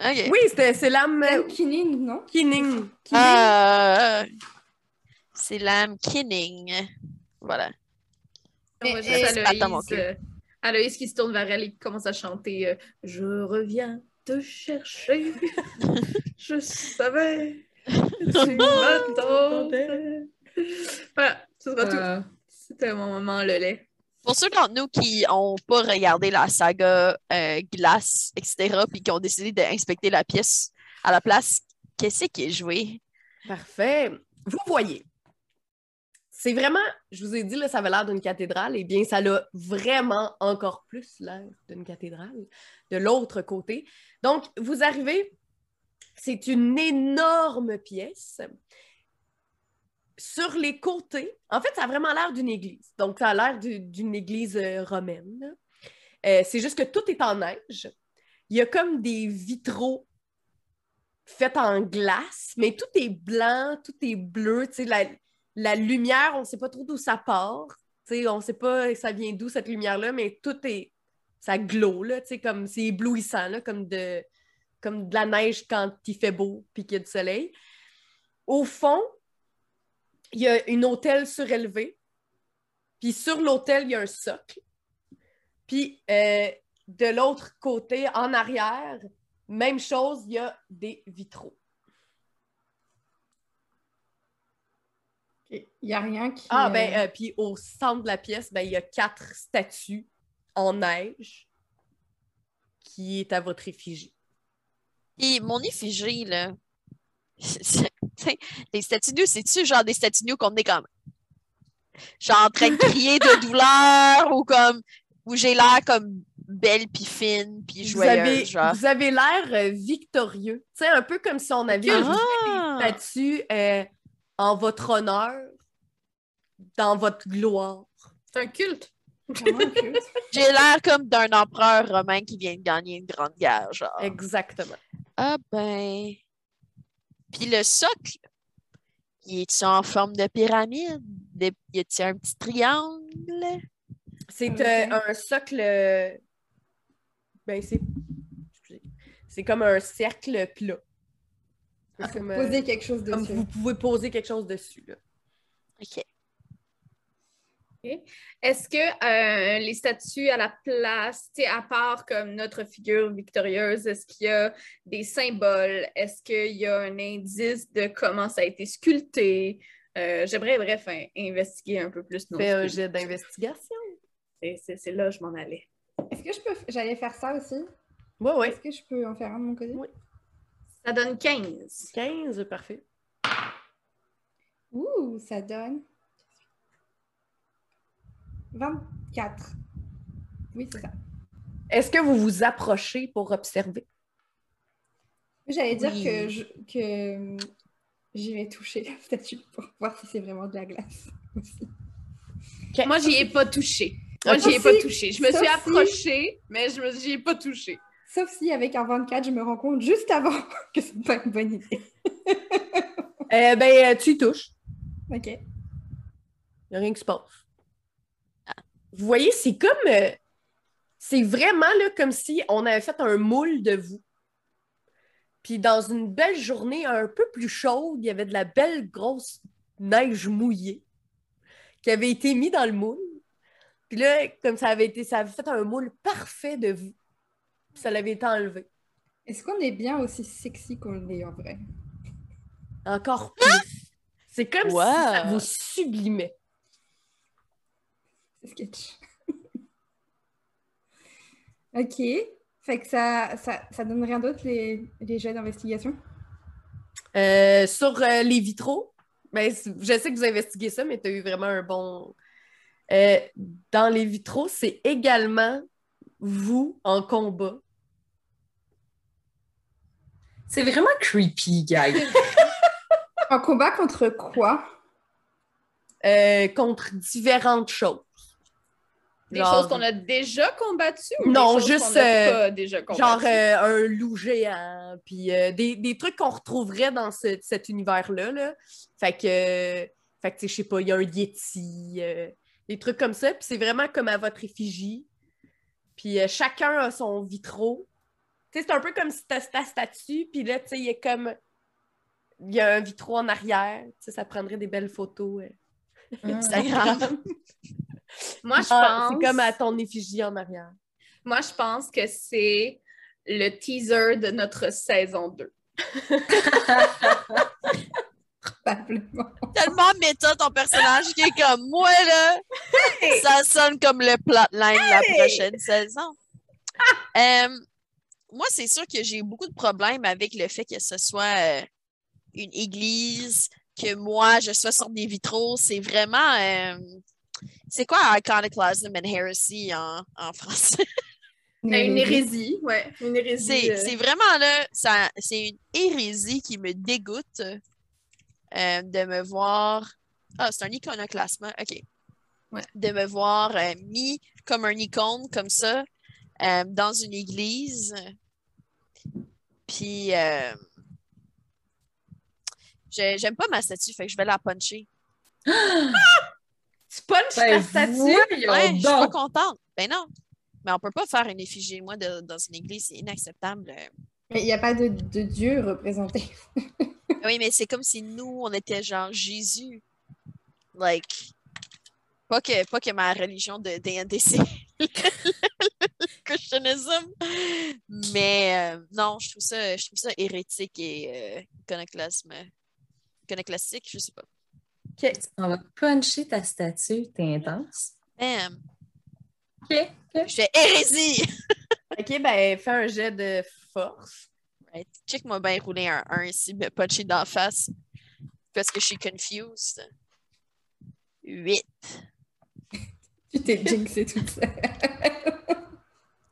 Speaker 2: OK.
Speaker 1: Oui, c'était- c'est l'âme
Speaker 5: Même Kinning, non?
Speaker 1: euh, Kinning.
Speaker 2: Ah, c'est l'âme Kinning. Voilà.
Speaker 4: On va
Speaker 2: Mais,
Speaker 4: juste
Speaker 2: euh,
Speaker 4: Aloïse,
Speaker 2: attends, mon cul.
Speaker 4: euh, Aloïse qui se tourne vers elle et qui commence à chanter euh, Je reviens
Speaker 2: [LAUGHS]
Speaker 4: te chercher. Je savais. que Tu m'attendais. Voilà, ce sera tout.
Speaker 3: Euh,
Speaker 4: C'était mon moment, le lait.
Speaker 2: Pour ceux d'entre nous qui n'ont pas regardé la saga euh, Glace, etc., puis qui ont décidé d'inspecter la pièce à la place, qu'est-ce qui est joué?
Speaker 1: Parfait. Vous voyez. C'est vraiment, je vous ai dit, là, ça avait l'air d'une cathédrale. Eh bien, ça l'a vraiment encore plus l'air d'une cathédrale de l'autre côté. Donc, vous arrivez, c'est une énorme pièce. Sur les côtés, en fait, ça a vraiment l'air d'une église. Donc, ça a l'air du- d'une église euh, romaine. Euh, c'est juste que tout est en neige. Il y a comme des vitraux fait en glace, mais tout est blanc, tout est bleu, tu sais, la, la lumière, on ne sait pas trop d'où ça part, tu sais, on ne sait pas ça vient d'où cette lumière-là, mais tout est, ça glow, là, tu sais, comme, c'est éblouissant, là, comme de, comme de la neige quand il fait beau puis qu'il y a du soleil. Au fond, il y a une hôtel surélevée, puis sur l'hôtel, il y a un socle, puis euh, de l'autre côté, en arrière, même chose, il y a des vitraux.
Speaker 5: Il n'y a rien qui.
Speaker 1: Ah,
Speaker 5: euh,
Speaker 1: ben, euh, puis au centre de la pièce, ben, il y a quatre statues en neige qui est à votre effigie.
Speaker 2: Puis mon effigé, là, c'est- c'est- t'sais, les statues nues, c'est-tu genre des statues nues qu'on est comme, genre en train de
Speaker 1: [LAUGHS]
Speaker 2: crier de douleur ou comme, où j'ai l'air comme belle puis fine puis
Speaker 1: Vous
Speaker 2: joyeuse,
Speaker 1: avez,
Speaker 2: genre.
Speaker 1: vous avez l'air euh, victorieux. Tu sais, un peu comme si on avait une
Speaker 2: Ah!
Speaker 1: statue euh, en votre honneur, dans votre gloire.
Speaker 4: C'est un culte.
Speaker 1: euh,
Speaker 5: [LAUGHS] vraiment
Speaker 1: [LAUGHS]
Speaker 5: un culte.
Speaker 2: J'ai l'air comme d'un empereur romain qui vient de gagner une grande guerre, genre.
Speaker 1: Exactement.
Speaker 2: Ah ben. Puis le socle, il est-tu en forme de pyramide? De- Y a-t-il un petit triangle?
Speaker 1: C'est
Speaker 5: Ok.
Speaker 1: euh, un socle. euh, Ben, c'est. excusez. C'est comme un cercle plat.
Speaker 5: Ah, faut
Speaker 1: Comme, euh,
Speaker 5: poser quelque chose
Speaker 1: comme
Speaker 5: dessus.
Speaker 1: vous pouvez poser quelque chose dessus. là.
Speaker 2: OK.
Speaker 4: Est-ce que euh, les statues à la place, tu sais, à part comme notre figure victorieuse, est-ce qu'il y a des symboles? Est-ce qu'il y a un indice de comment ça a été sculpté? Euh, J'aimerais, bref, in- investiguer un peu plus. nos
Speaker 1: Fais un
Speaker 4: sculptures.
Speaker 1: jet d'investigation.
Speaker 4: C'est- C'est c'est là que je m'en allais.
Speaker 5: Est-ce que je peux. J'allais faire ça aussi.
Speaker 1: Ouais, ouais.
Speaker 5: Est-ce que je peux en faire un de mon côté
Speaker 1: Oui.
Speaker 4: Ça donne 15.
Speaker 1: 15, parfait.
Speaker 5: Ouh, ça donne 24. Oui, c'est ça.
Speaker 1: Est-ce que vous vous approchez pour observer?
Speaker 5: J'allais dire
Speaker 2: Oui.
Speaker 5: que je, que euh, j'y vais toucher la statue pour voir si c'est vraiment de la glace. [LAUGHS] aussi.
Speaker 4: Ben, Moi, j'y ai pas touché. Moi,
Speaker 1: Ok.
Speaker 4: j'y ai
Speaker 5: Sauf
Speaker 4: pas
Speaker 5: si-
Speaker 4: touché. Je me
Speaker 5: sauf
Speaker 4: suis
Speaker 5: si-
Speaker 4: approchée, mais je me j'y ai pas touché.
Speaker 5: Sauf si avec un 24, je me rends compte juste avant [LAUGHS] que c'est pas une bonne idée.
Speaker 1: Euh, ben, euh, tu y touches.
Speaker 5: Ok.
Speaker 1: Il n'y a rien qui se passe. Vous voyez, c'est comme. euh, c'est vraiment là, comme si on avait fait un moule de vous. Puis dans une belle journée un peu plus chaude, il y avait de la belle grosse neige mouillée qui avait été mise dans le moule. Puis là, comme ça avait été, ça avait fait un moule parfait de vous. Puis ça l'avait été enlevé.
Speaker 5: Est-ce qu'on est bien aussi sexy qu'on l'est en vrai?
Speaker 1: Encore plus. C'est comme
Speaker 2: Wow.
Speaker 1: si ça vous sublimait.
Speaker 5: C'est sketch. [LAUGHS] ok. Fait que ça, ça, ça donne rien d'autre, les, les jets d'investigation?
Speaker 1: Euh, sur euh, les vitraux, ben, c- je sais que vous investiguez ça, mais tu as eu vraiment un bon. Euh, dans les vitraux, c'est également vous en combat.
Speaker 3: C'est vraiment creepy, guys.
Speaker 5: Un combat contre quoi?
Speaker 1: euh, contre différentes choses.
Speaker 4: Des
Speaker 1: Genre-
Speaker 4: choses qu'on a déjà combattues ou
Speaker 1: Non,
Speaker 4: des choses
Speaker 1: juste,
Speaker 4: qu'on n'a
Speaker 1: euh,
Speaker 4: pas déjà
Speaker 1: Genre
Speaker 4: combattues?
Speaker 1: euh, un loup géant, puis euh, des, des trucs qu'on retrouverait dans ce- cet univers-là. là. Fait que, euh, fait que tu sais, je sais pas, il y a un Yeti, euh, des trucs comme ça. Puis c'est vraiment comme à votre effigie. Puis euh, chacun a son vitraux. Tu sais, c'est un peu comme si t'as ta statue, puis là, tu sais, il y a comme... Il y a un vitraux en arrière. Tu sais, ça prendrait des belles photos. euh.
Speaker 5: [LAUGHS] Ah.
Speaker 2: Instagram.
Speaker 4: Moi, je
Speaker 1: Ah,
Speaker 4: pense...
Speaker 1: C'est comme à ton effigie en arrière.
Speaker 4: Moi, je pense que c'est le teaser de notre saison 2.
Speaker 5: Probablement.
Speaker 2: [LAUGHS] Tellement méta ton personnage qui est comme moi, là. Ça sonne comme le plotline de la prochaine saison. Euh, moi, c'est sûr que j'ai beaucoup de problèmes avec le fait que ce soit euh, une église, que moi, je sois sur des vitraux. C'est vraiment. euh, c'est quoi iconoclasm and heresy en, en français?
Speaker 4: Ben, une hérésie, ouais. Une hérésie.
Speaker 2: C'est
Speaker 4: euh,
Speaker 2: c'est vraiment là, ça- c'est une hérésie qui me dégoûte euh, de me voir. Ah, c'est un iconoclasme, ok.
Speaker 4: Ouais.
Speaker 2: De me voir euh, mis comme un icône, comme ça, euh, dans une église. Puis, euh, j'ai- j'aime pas ma statue, fait que je vais la puncher.
Speaker 1: Tu punches ta
Speaker 3: Ben,
Speaker 1: statue?
Speaker 3: voyons
Speaker 2: Ouais, je suis pas
Speaker 3: donc.
Speaker 2: contente. Ben non. Mais on peut pas faire une effigie, de moi, de- dans une église, c'est inacceptable. euh.
Speaker 5: Mais il n'y a pas de, de dieu représenté.
Speaker 2: Oui, mais c'est comme si nous, on était genre Jésus. Like, pas que, pas que ma religion de D&D, c'est [LAUGHS] le christianisme, mais euh, non, je trouve, ça, je trouve ça hérétique et euh, iconoclasme. Iconoclastique, je sais pas.
Speaker 3: On va puncher ta statue, t'es intense.
Speaker 2: Damn,
Speaker 3: Ok, ok.
Speaker 2: je fais hérésie!
Speaker 1: OK, ben, fais un jet de force.
Speaker 2: Right. Check-moi bien rouler un 1 ici, me puncher d'en face, parce que je suis confused. 8,
Speaker 5: Tu t'es jinxé toute seule.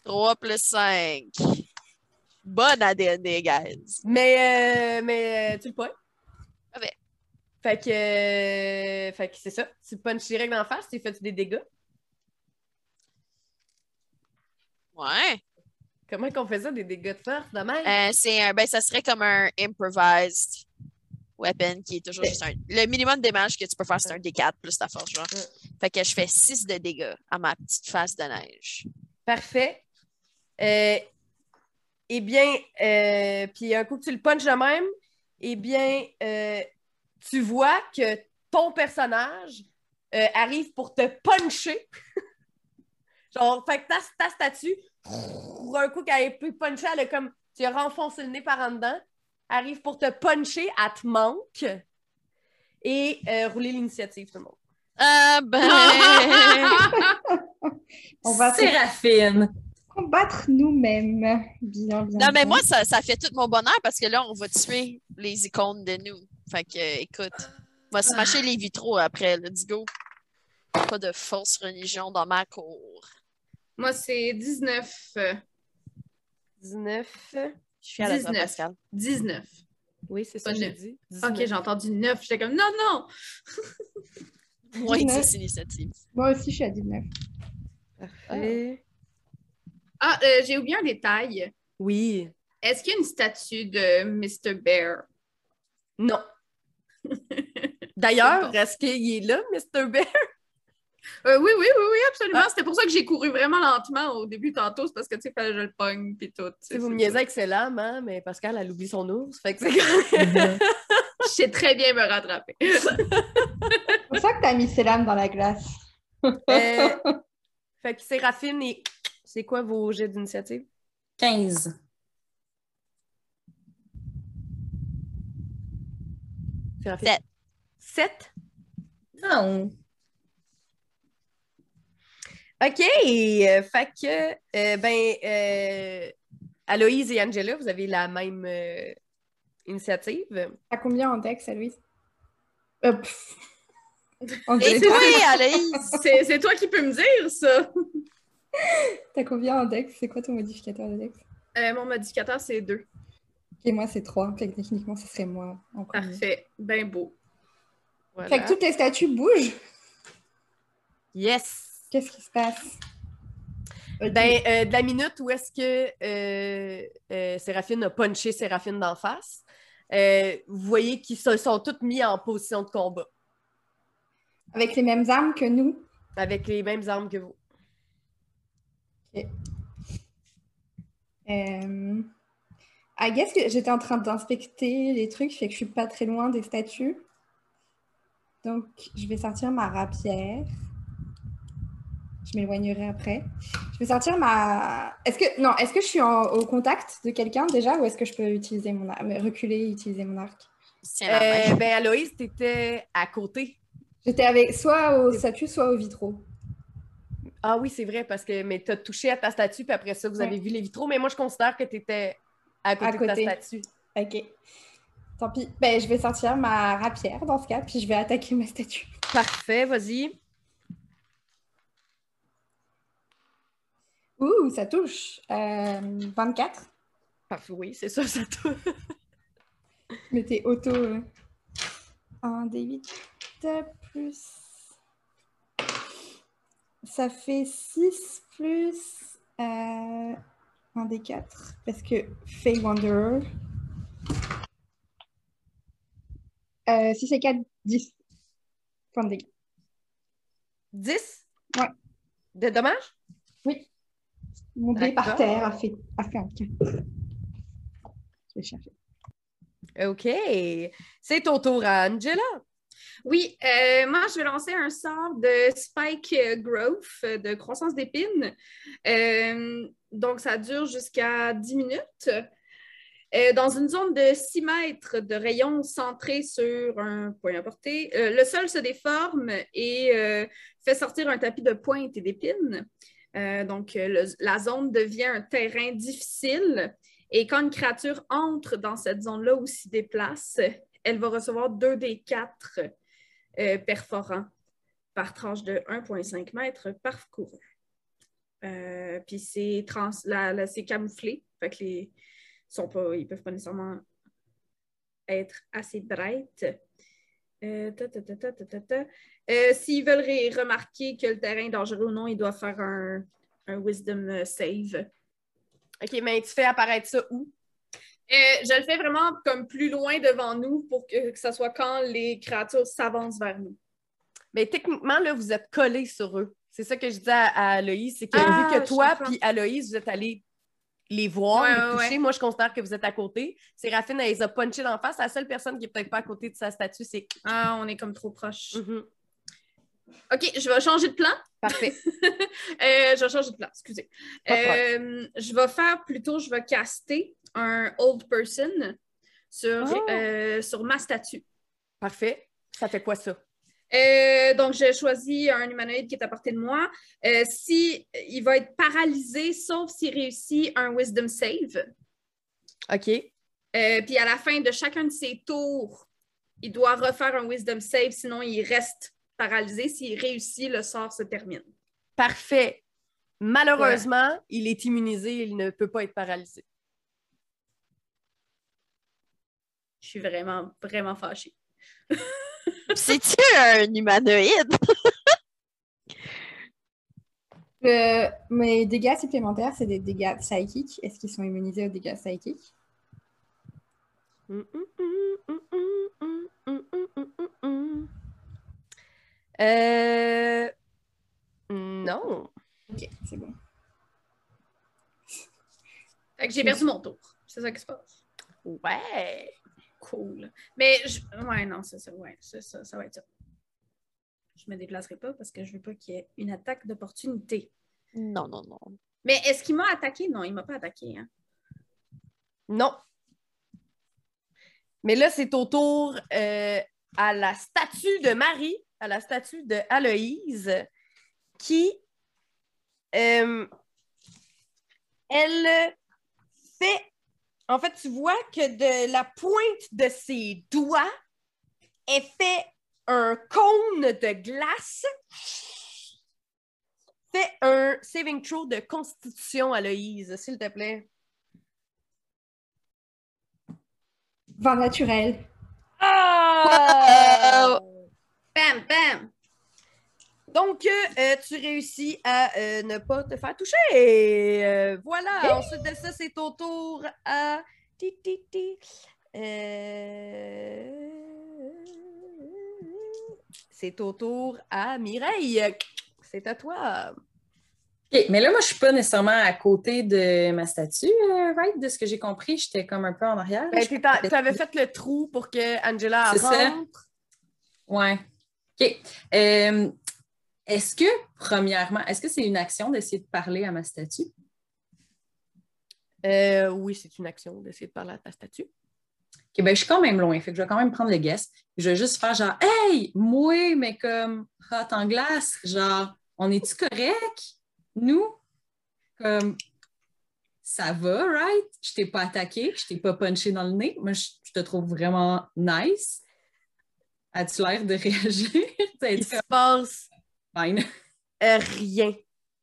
Speaker 2: 3 plus 5. Bonne à D&D, guys!
Speaker 1: Mais, euh, mais euh, tu le pointes.
Speaker 2: Ah ben.
Speaker 1: Fait que, euh, fait que c'est ça. Tu punches direct d'en face, tu fais des dégâts.
Speaker 2: Ouais.
Speaker 1: Comment qu'on fait ça, des dégâts de force, de même?
Speaker 2: Euh, c'est un, ben, ça serait comme un improvised weapon qui est toujours juste un. Le minimum de dommages que tu peux faire, c'est un D4 plus ta force, genre.
Speaker 1: Ouais.
Speaker 2: Fait que je fais 6 de dégâts à ma petite face de neige.
Speaker 1: Parfait. Euh, eh bien, euh, puis un coup que tu le punches de même, eh bien, euh, tu vois que ton personnage euh, arrive pour te puncher. [LAUGHS] Genre, fait que ta, ta statue, pour un coup qu'elle est plus punchée, elle a comme, tu as renfoncé le nez par en dedans, arrive pour te puncher, elle te manque. Et euh, rouler l'initiative, tout le monde.
Speaker 2: Ah ben!
Speaker 5: On va se
Speaker 3: Séraphine.
Speaker 5: battre nous-mêmes. Bien,
Speaker 2: [LAUGHS]
Speaker 5: bien.
Speaker 2: Non, mais
Speaker 5: bien.
Speaker 2: moi, ça, ça fait tout mon bonheur parce que là, on va tuer les icônes de nous. Fait que, euh, écoute, on va se mâcher les vitraux après. Let's go. Pas de fausse religion dans ma cour.
Speaker 4: Moi, c'est 19. euh,
Speaker 1: 19.
Speaker 2: Je suis à la
Speaker 4: 19.
Speaker 2: Pascal.
Speaker 4: 19.
Speaker 1: Oui, c'est ça
Speaker 4: Pas
Speaker 1: que j'ai
Speaker 4: neuf.
Speaker 1: dit.
Speaker 4: Ok,
Speaker 1: 19.
Speaker 4: j'ai entendu 9. J'étais comme, non, non!
Speaker 2: Moins 10
Speaker 5: 19.
Speaker 2: initiatives.
Speaker 5: Moi aussi, je suis à 19.
Speaker 1: Parfait.
Speaker 4: Ah, euh, j'ai oublié un détail.
Speaker 1: Oui.
Speaker 4: Est-ce qu'il y a une statue de Mr. Bear?
Speaker 1: Non. D'ailleurs, est-ce qu'il est là, Mr. Bear?
Speaker 4: Euh, oui, oui, oui, oui, absolument. C'était pour ça que j'ai couru vraiment lentement au début tantôt. C'est parce que, tu sais, fallait que je le pogne, puis tout.
Speaker 1: Si vous me
Speaker 4: c'est [LAUGHS]
Speaker 1: niaisez avec celle-là, hein, mais Pascal, elle oublie son ours. Fait que [LAUGHS] c'est correct.
Speaker 4: ça. Je sais très bien me rattraper.
Speaker 5: C'est pour ça que t'as mis Selam dans la glace.
Speaker 1: Euh, Fait que Séraphine et. C'est quoi vos jets d'initiative?
Speaker 3: 15.
Speaker 1: Séraphine?
Speaker 2: Sept.
Speaker 1: Sept?
Speaker 3: Non.
Speaker 1: OK! euh, Fait que, euh, ben, euh, Aloïse et Angela, vous avez la même euh, initiative.
Speaker 5: À combien en dex, à Louise Euh, pff. En
Speaker 2: Et
Speaker 5: dex,
Speaker 2: toi, Aloïse?
Speaker 4: [LAUGHS] C'est c'est toi qui peux me dire ça.
Speaker 5: T'as combien en dex C'est quoi ton modificateur de dex
Speaker 4: Euh, mon modificateur, c'est 2.
Speaker 5: Et moi, c'est 3. Fait que techniquement, ce serait moi en premier.
Speaker 2: Ah,
Speaker 4: Parfait. Ben beau.
Speaker 5: Fait
Speaker 1: Voilà.
Speaker 5: que toutes les statues bougent.
Speaker 1: Yes!
Speaker 5: Qu'est-ce qui se passe Ok.
Speaker 1: Ben, euh, de la minute où est-ce que euh, euh, Séraphine a punché Séraphine d'en face, euh, vous voyez qu'ils se sont tous mis en position de combat
Speaker 5: Avec les mêmes armes que nous.
Speaker 1: avec les mêmes armes que vous.
Speaker 5: Euh... I guess que j'étais en train d'inspecter les trucs, fait que je suis pas très loin des statues. Donc, je vais sortir ma rapière. Je m'éloignerai après. Je vais sortir ma. Est-ce que non, est-ce que je suis en- au contact de quelqu'un déjà, ou est-ce que je peux utiliser mon ar- me reculer et utiliser mon arc
Speaker 2: Tiens, la main.
Speaker 1: Euh, ben, Aloïse, t'étais à côté.
Speaker 5: J'étais avec soit aux statues, soit aux vitraux.
Speaker 1: Ah oui, c'est vrai, parce que mais t'as touché à ta statue, puis après ça, vous
Speaker 5: Ouais.
Speaker 1: avez vu les vitraux, mais moi, je considère que t'étais à côté,
Speaker 5: À
Speaker 1: de ta
Speaker 5: côté.
Speaker 1: statue.
Speaker 5: Ok. Tant pis. Ben, je vais sortir ma rapière dans ce cas, puis je vais attaquer ma statue.
Speaker 1: Parfait, vas-y.
Speaker 5: Ouh, ça touche. Euh, 24.
Speaker 1: Parfait, oui, c'est ça, ça tout.
Speaker 5: Mais t'es auto. euh. 1 D8 plus. Ça fait 6 plus. euh, 1 D4. Parce que Faye Wanderer. 6 Euh, et 4, 10. Point de dégâts.
Speaker 1: 10?
Speaker 5: Ouais.
Speaker 1: De dommages?
Speaker 5: Mon dé par
Speaker 1: D'accord.
Speaker 5: terre a fait, a fait un 4. Je vais chercher.
Speaker 1: OK. C'est ton tour à Angela.
Speaker 4: Oui, euh, moi, je vais lancer un sort de Spike euh, Growth, euh, de croissance d'épines. Euh, donc, ça dure jusqu'à 10 minutes. Euh, dans une zone de 6 mètres de rayon centré sur un point à portée, euh, le sol se déforme et euh, fait sortir un tapis de pointes et d'épines. Euh, donc, euh, le- la zone devient un terrain difficile. Et quand une créature entre dans cette zone-là ou s'y déplace, elle va recevoir 2 des 4 perforants euh, par tranche de 1,5 mètres parcouru. Euh, Puis c'est trans- la- la- c'est camouflé, fait que les sont pas, ils peuvent pas nécessairement être assez bright. Euh, ta, ta, ta, ta, ta, ta, ta. Euh, S'ils veulent ré- remarquer que le terrain est dangereux ou non, ils doivent faire un, un wisdom euh, save.
Speaker 1: OK, mais tu fais apparaître ça où?
Speaker 4: Euh, je le fais vraiment comme plus loin devant nous pour que, que ça soit quand les créatures s'avancent vers nous.
Speaker 1: Mais techniquement, là, vous êtes collés sur eux. C'est ça que je disais à, à Aloïse, c'est que
Speaker 4: Ah,
Speaker 1: vu que
Speaker 4: je
Speaker 1: toi
Speaker 4: comprends.
Speaker 1: puis Aloïse, vous êtes allés les voir,
Speaker 4: Ouais,
Speaker 1: les
Speaker 4: ouais,
Speaker 1: toucher. Moi, je considère que vous êtes à côté. Séraphine, elle les a punchés d'en face. La seule personne qui est peut-être pas à côté de sa statue, c'est...
Speaker 4: Ah, on est comme trop proche.
Speaker 1: Mhm.
Speaker 4: OK, je vais changer de plan.
Speaker 1: Parfait.
Speaker 4: Euh, je vais changer de plan, excusez.
Speaker 1: Pas de
Speaker 4: Euh, je vais faire plutôt, je vais caster un old person sur,
Speaker 1: Oh.
Speaker 4: euh, sur ma statue.
Speaker 1: Parfait. Ça fait quoi, ça?
Speaker 4: Euh, donc, je choisis un humanoïde qui est à portée de moi. Euh, si il va être paralysé, sauf s'il réussit un Wisdom Save.
Speaker 1: OK.
Speaker 4: Euh, puis à la fin de chacun de ses tours, il doit refaire un Wisdom Save, sinon il reste paralysé. S'il réussit, le sort se termine.
Speaker 1: Parfait. Malheureusement, il est immunisé, il ne peut pas être paralysé.
Speaker 4: Je suis vraiment, vraiment fâchée.
Speaker 2: [LAUGHS] C'est-tu un humanoïde?
Speaker 5: Euh, mes dégâts supplémentaires, c'est des dégâts psychiques. Est-ce qu'ils sont immunisés aux dégâts psychiques?
Speaker 1: Mm, mm, mm, mm, mm, mm, mm, mm, mm, mm. Euh, Non.
Speaker 5: Ok, c'est bon.
Speaker 4: Fait que j'ai perdu mon tour. C'est ça qui se passe.
Speaker 1: Ouais.
Speaker 4: Cool. Mais je... ouais, non, c'est ça. Ouais, c'est ça, ça va être ça. Je me déplacerai pas parce que je veux pas qu'il y ait une attaque d'opportunité.
Speaker 2: Non, non, non.
Speaker 4: Mais est-ce qu'il m'a attaqué? Non, il m'a pas attaqué. Hein?
Speaker 1: Non. Mais là, c'est au tour euh, à la statue de Marie, à la statue de Aloïse, qui, euh, elle fait, en fait, tu vois que de la pointe de ses doigts, elle fait un cône de glace, fait un saving throw de constitution, Aloïse, s'il te plaît.
Speaker 5: Vin naturel.
Speaker 1: Ah!
Speaker 4: Bam, bam!
Speaker 1: Donc, euh, euh, tu réussis à euh, ne pas te faire toucher. Euh, voilà. Ensuite de ça, c'est au tour à. Ti, ti, ti. Euh, C'est au tour à Mireille. C'est à toi.
Speaker 3: OK, mais là, moi, je suis pas nécessairement à côté de ma statue, euh, right? De ce que j'ai compris, j'étais comme un peu en arrière.
Speaker 1: Ben, tu avais fait le trou pour que Angela
Speaker 3: C'est ça.
Speaker 1: rentre.
Speaker 3: Ouais. OK. Euh, est-ce que, premièrement, est-ce que c'est une action d'essayer de parler à ma statue?
Speaker 1: Euh, oui, c'est une action d'essayer de parler à ta statue.
Speaker 3: OK, ben, je suis quand même loin, fait que je vais quand même prendre le guess. Je vais juste faire genre, hey, moi, mais comme hot en glace, genre, on est-tu correct? Nous? Comme, ça va, right? Je t'ai pas attaqué, je t'ai pas punché dans le nez. Moi, je, je te trouve vraiment nice. As-tu l'air de [LAUGHS] réagir? T'as
Speaker 1: Il
Speaker 3: été
Speaker 1: se passe
Speaker 3: comme, fine.
Speaker 1: euh, rien.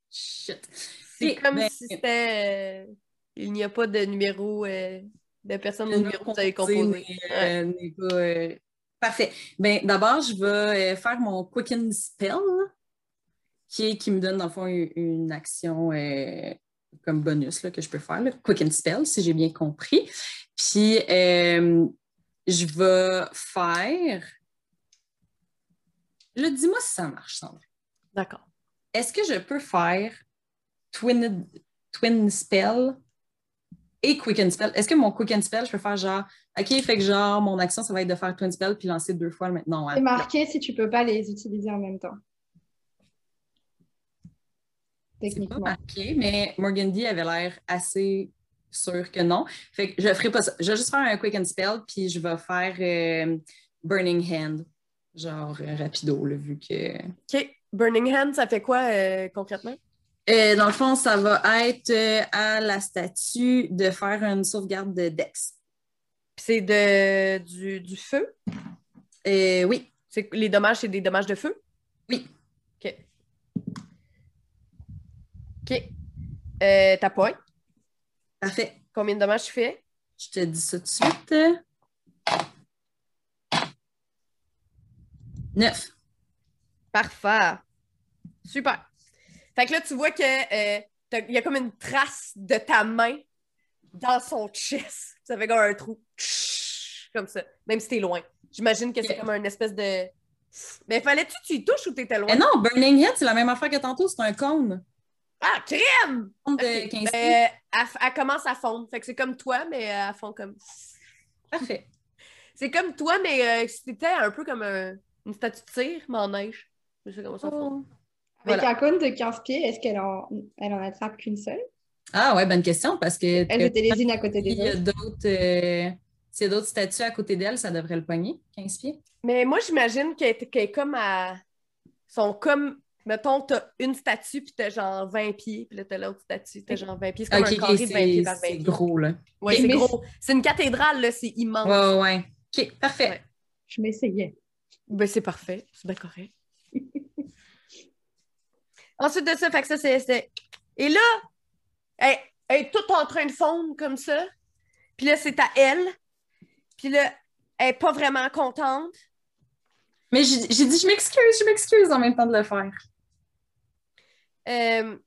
Speaker 3: Shit. ben,
Speaker 1: C'est
Speaker 3: Et-
Speaker 1: comme
Speaker 3: mais-
Speaker 1: si c'était. euh, il n'y a pas de numéro, euh, de personne au
Speaker 3: Le
Speaker 1: numéro que vous avez
Speaker 3: composé
Speaker 1: composé.
Speaker 3: n'est, euh, n'est pas, euh, Parfait. Ben, D'abord, je vais euh, faire mon Quicken Spell, qui, est- qui me donne, dans le fond, une, une action euh, comme bonus là, que je peux faire, le Quicken Spell, si j'ai bien compris. Puis, euh, je vais faire. Là, dis-moi si ça marche, Sandra.
Speaker 1: D'accord.
Speaker 3: Est-ce que je peux faire Twin, twin Spell et Quicken Spell? Est-ce que mon Quicken Spell, je peux faire genre, OK, fait que genre, mon action, ça va être de faire Twin Spell puis lancer deux fois maintenant. hein?
Speaker 5: C'est marqué si tu peux pas les utiliser en même temps.
Speaker 3: C'est pas
Speaker 5: Techniquement.
Speaker 3: marqué, mais Morgan D avait l'air assez sûr que non. Fait que je ferai pas ça. Je vais juste faire un Quicken Spell puis je vais faire euh, Burning Hand, genre euh, rapido, là, vu que.
Speaker 1: OK. Burning Hand, ça fait quoi euh, concrètement?
Speaker 3: Euh, dans le fond, ça va être euh, à la statue de faire une sauvegarde de Dex.
Speaker 1: Puis c'est de, du, du feu.
Speaker 3: Euh, oui,
Speaker 1: C'est, les dommages, c'est des dommages de feu?
Speaker 3: Oui.
Speaker 1: OK. OK. Euh, ta pointe,
Speaker 3: Parfait.
Speaker 1: combien de dommages tu fais?
Speaker 3: Je te dis ça tout de suite. Neuf.
Speaker 1: Parfait. Super. Fait que là, tu vois que euh, t'as- il y a comme une trace de ta main dans son chest. Ça fait comme un trou. Comme ça. Même si t'es loin. J'imagine que c'est
Speaker 3: Ok.
Speaker 1: comme une espèce de. Mais fallait-tu que tu y touches ou t'étais loin?
Speaker 3: Mais Eh non, Burning Head, c'est la même affaire que tantôt, c'est un cône.
Speaker 1: Ah, crème!
Speaker 3: Un cône de
Speaker 1: Ok.
Speaker 3: 15
Speaker 1: Ben,
Speaker 3: Euh, pieds.
Speaker 1: elle, f- elle commence à fondre. Fait que c'est comme toi, mais à fond comme.
Speaker 3: Parfait.
Speaker 1: C'est comme toi, mais euh, c'était un peu comme un- une statue de tir, mais en neige. Je sais comment ça fond.
Speaker 5: Avec
Speaker 1: Voilà.
Speaker 5: un cône de 15 pieds, est-ce qu'elle en, elle en attrape qu'une seule?
Speaker 3: Ah ouais, bonne question parce que
Speaker 5: Elles étaient les unes à côté
Speaker 3: il
Speaker 5: des
Speaker 3: y a
Speaker 5: autres.
Speaker 3: d'autres. euh, S'il y a d'autres statues à côté d'elle, ça devrait le pogner, 15 pieds.
Speaker 1: Mais moi, j'imagine qu'elle est- qu'elle est comme à. sont comme. Mettons, t'as une statue, puis t'as genre 20 pieds, puis là, t'as l'autre statue, t'as genre 20 pieds. C'est comme
Speaker 3: Ok,
Speaker 1: un carré
Speaker 3: ok,
Speaker 1: de 20 pieds
Speaker 3: c'est
Speaker 1: par 20
Speaker 3: c'est
Speaker 1: pieds.
Speaker 3: gros, là.
Speaker 1: Ouais, c'est
Speaker 5: Mais-
Speaker 1: gros. C'est une cathédrale, là, c'est immense.
Speaker 3: Ouais, ouais. OK, parfait.
Speaker 1: Ouais.
Speaker 5: Je m'essayais.
Speaker 1: Ben, c'est parfait, c'est bien correct. [LAUGHS] Ensuite de ça, fait que ça, c'est. c'est- Et là, elle, elle est toute en train de fondre comme ça. Puis là, c'est à elle. Puis là, elle est pas vraiment contente.
Speaker 3: Mais j'ai j'ai dit, je m'excuse, je m'excuse en même temps de le faire.
Speaker 1: Euh,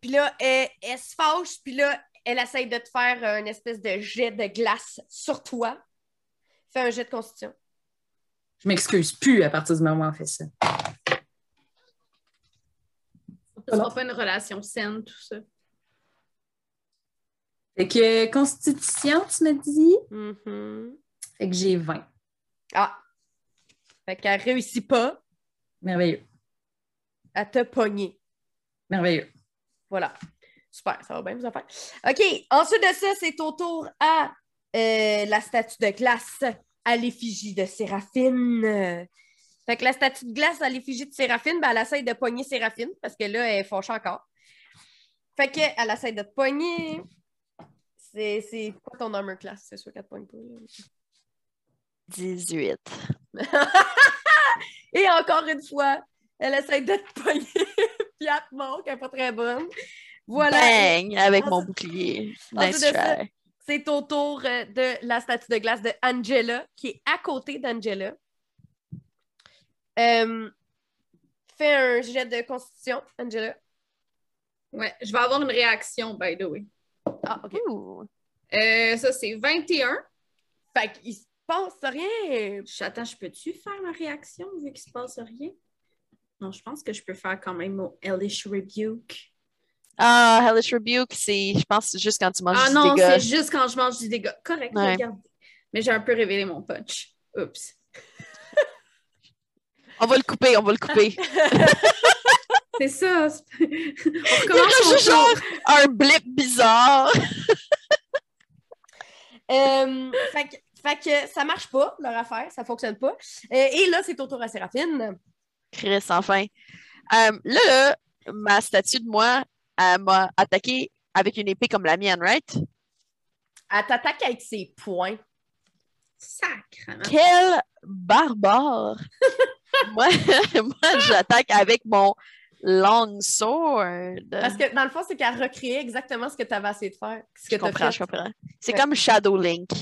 Speaker 1: Puis là, elle, elle se fâche, puis là, elle essaye de te faire euh, une espèce de jet de glace sur toi. Fais un jet de constitution.
Speaker 3: Je m'excuse plus à partir du moment où on fait ça.
Speaker 4: Ce sera pas une relation saine, tout ça.
Speaker 3: Fait que Constitution, tu me dis?
Speaker 1: Mhm.
Speaker 3: Fait que j'ai 20.
Speaker 1: Ah! Fait qu'elle réussit pas
Speaker 3: Merveilleux.
Speaker 1: à te pogner.
Speaker 3: Merveilleux.
Speaker 1: Voilà. Super, ça va bien vous affaires. OK, ensuite de ça, c'est au tour à euh, la statue de glace à l'effigie de Séraphine. Fait que la statue de glace à l'effigie de Séraphine, ben, elle essaye de pogner Séraphine parce que là, elle est fâchée encore. Fait qu'elle essaye de te pogner. C'est c'est quoi ton armor class? C'est sûr qu'elle te pogne pas. là.
Speaker 2: 18.
Speaker 1: Et encore une fois, elle essaye de te pogner. [LAUGHS] Puis elle te montre qu'elle n'est pas très bonne. Voilà. Ah,
Speaker 2: Bang! Avec
Speaker 1: En
Speaker 2: mon
Speaker 1: dessous-
Speaker 2: bouclier.
Speaker 1: en
Speaker 2: Nice
Speaker 1: dessous de ça.
Speaker 2: try.
Speaker 1: C'est au tour euh, de la statue de glace de Angela, qui est à côté d'Angela. Euh, fais un jet de constitution, Angela.
Speaker 4: Ouais, je vais avoir une réaction, by the way.
Speaker 1: Ah, OK.
Speaker 2: Ouh.
Speaker 4: Euh, ça, c'est 21.
Speaker 1: Fait qu'il se passe rien.
Speaker 4: J'attends, je peux-tu faire ma réaction vu qu'il se passe rien? Non, je pense que je peux faire quand même mon Hellish Rebuke.
Speaker 2: Ah, Hellish Rebuke, c'est, je pense, juste quand tu manges
Speaker 4: Ah
Speaker 2: du
Speaker 4: non,
Speaker 2: dégât.
Speaker 4: c'est juste quand je mange du dégât. Correct,
Speaker 2: Ouais.
Speaker 4: regarde. Mais j'ai un peu révélé mon punch. Oups.
Speaker 2: On va le couper, on va le
Speaker 4: [LAUGHS]
Speaker 2: couper.
Speaker 4: C'est ça. c'est- [LAUGHS] On
Speaker 2: Il y
Speaker 4: recommence
Speaker 2: a
Speaker 4: mon
Speaker 2: juste
Speaker 4: tour.
Speaker 2: genre un blip bizarre.
Speaker 1: Euh, fait, que- fait que ça marche pas, leur affaire. Ça fonctionne pas. Euh, et là, c'est au tour à Séraphine.
Speaker 2: Chris, enfin. Euh, là, là, ma statue de moi, elle m'a attaqué avec une épée comme la mienne, right?
Speaker 1: Elle t'attaque avec ses poings.
Speaker 4: Sacre.
Speaker 2: Quel
Speaker 1: [LAUGHS]
Speaker 2: barbare! moi, [LAUGHS] moi j'attaque avec mon long sword.
Speaker 1: Parce que dans le fond, Ah, c'est qu'elle recréait exactement ce que tu avais essayé de faire. Ce que
Speaker 2: je
Speaker 1: t'as
Speaker 2: comprends,
Speaker 1: fait.
Speaker 2: je comprends. C'est
Speaker 1: Ouais.
Speaker 2: comme Shadow Link. [LAUGHS]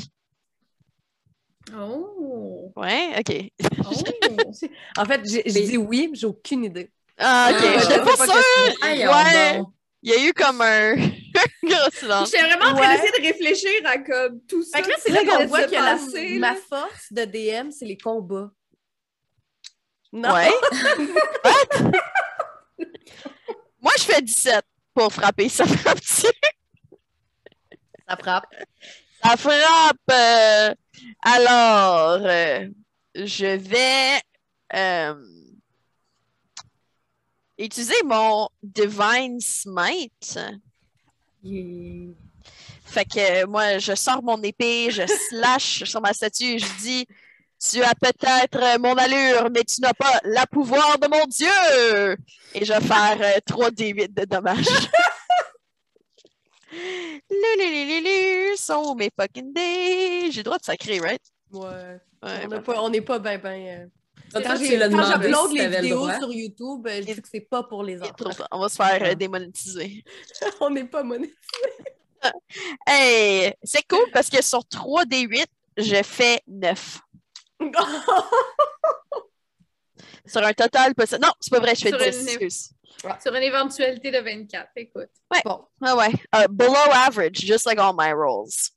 Speaker 4: Oh.
Speaker 2: Ouais, ok.
Speaker 4: Oh.
Speaker 1: En fait, j'ai j'ai dit oui, mais j'ai aucune idée.
Speaker 2: Ah, ok.
Speaker 4: Ah.
Speaker 2: J'étais
Speaker 4: Je
Speaker 2: pas sûre.
Speaker 3: Hey,
Speaker 2: Ouais.
Speaker 3: on-
Speaker 2: Il y a eu comme un [LAUGHS] un gros silence.
Speaker 4: Oh. J'étais vraiment en train
Speaker 1: Ouais.
Speaker 4: d'essayer de réfléchir à comme tout ça.
Speaker 1: Fait que là, c'est
Speaker 4: qui
Speaker 1: là
Speaker 4: vient
Speaker 1: qu'on
Speaker 4: de
Speaker 1: voit
Speaker 4: se
Speaker 1: que la-
Speaker 4: passer,
Speaker 1: ma
Speaker 4: là.
Speaker 1: force de DM, c'est les combats. Non.
Speaker 2: Ouais. What? Moi, je fais 17 pour frapper. Ça frappe-tu?
Speaker 1: [LAUGHS] Ça frappe.
Speaker 2: Ça frappe! euh, alors, euh, je vais euh, utiliser mon Divine Smite. Fait que euh, moi, je sors mon épée, je slash [LAUGHS] sur ma statue et je dis Tu as peut-être euh, mon allure, mais tu n'as pas la pouvoir de mon Dieu! Et je vais faire euh, 3D8 de [LAUGHS] dommages. Lululululu, sont mes fucking days. J'ai le droit de sacrer, right?
Speaker 1: Ouais.
Speaker 2: Ouais,
Speaker 1: on n'est pas, on est pas ben ben.
Speaker 3: Quand
Speaker 4: Quand
Speaker 3: tu l'as
Speaker 1: Quand
Speaker 3: demandé
Speaker 1: j'upload
Speaker 3: si
Speaker 1: les
Speaker 3: t'avais le
Speaker 1: vidéos
Speaker 3: droit.
Speaker 1: sur YouTube, euh, je dis que c'est pas pour les
Speaker 2: parfait.
Speaker 1: enfants.
Speaker 2: On va se faire euh, démonétiser.
Speaker 1: [LAUGHS] on n'est pas monnaie. [LAUGHS]
Speaker 2: Hey, c'est cool parce que sur 3D8, je fais 9. Sur un total possible. Non, c'est pas vrai, je fais
Speaker 4: Sur
Speaker 2: 10.
Speaker 4: une-
Speaker 2: excuse.
Speaker 4: Sur une éventualité de 24, écoute.
Speaker 1: bon.
Speaker 2: Ouais, ouais. Uh, below average, just like all my rolls.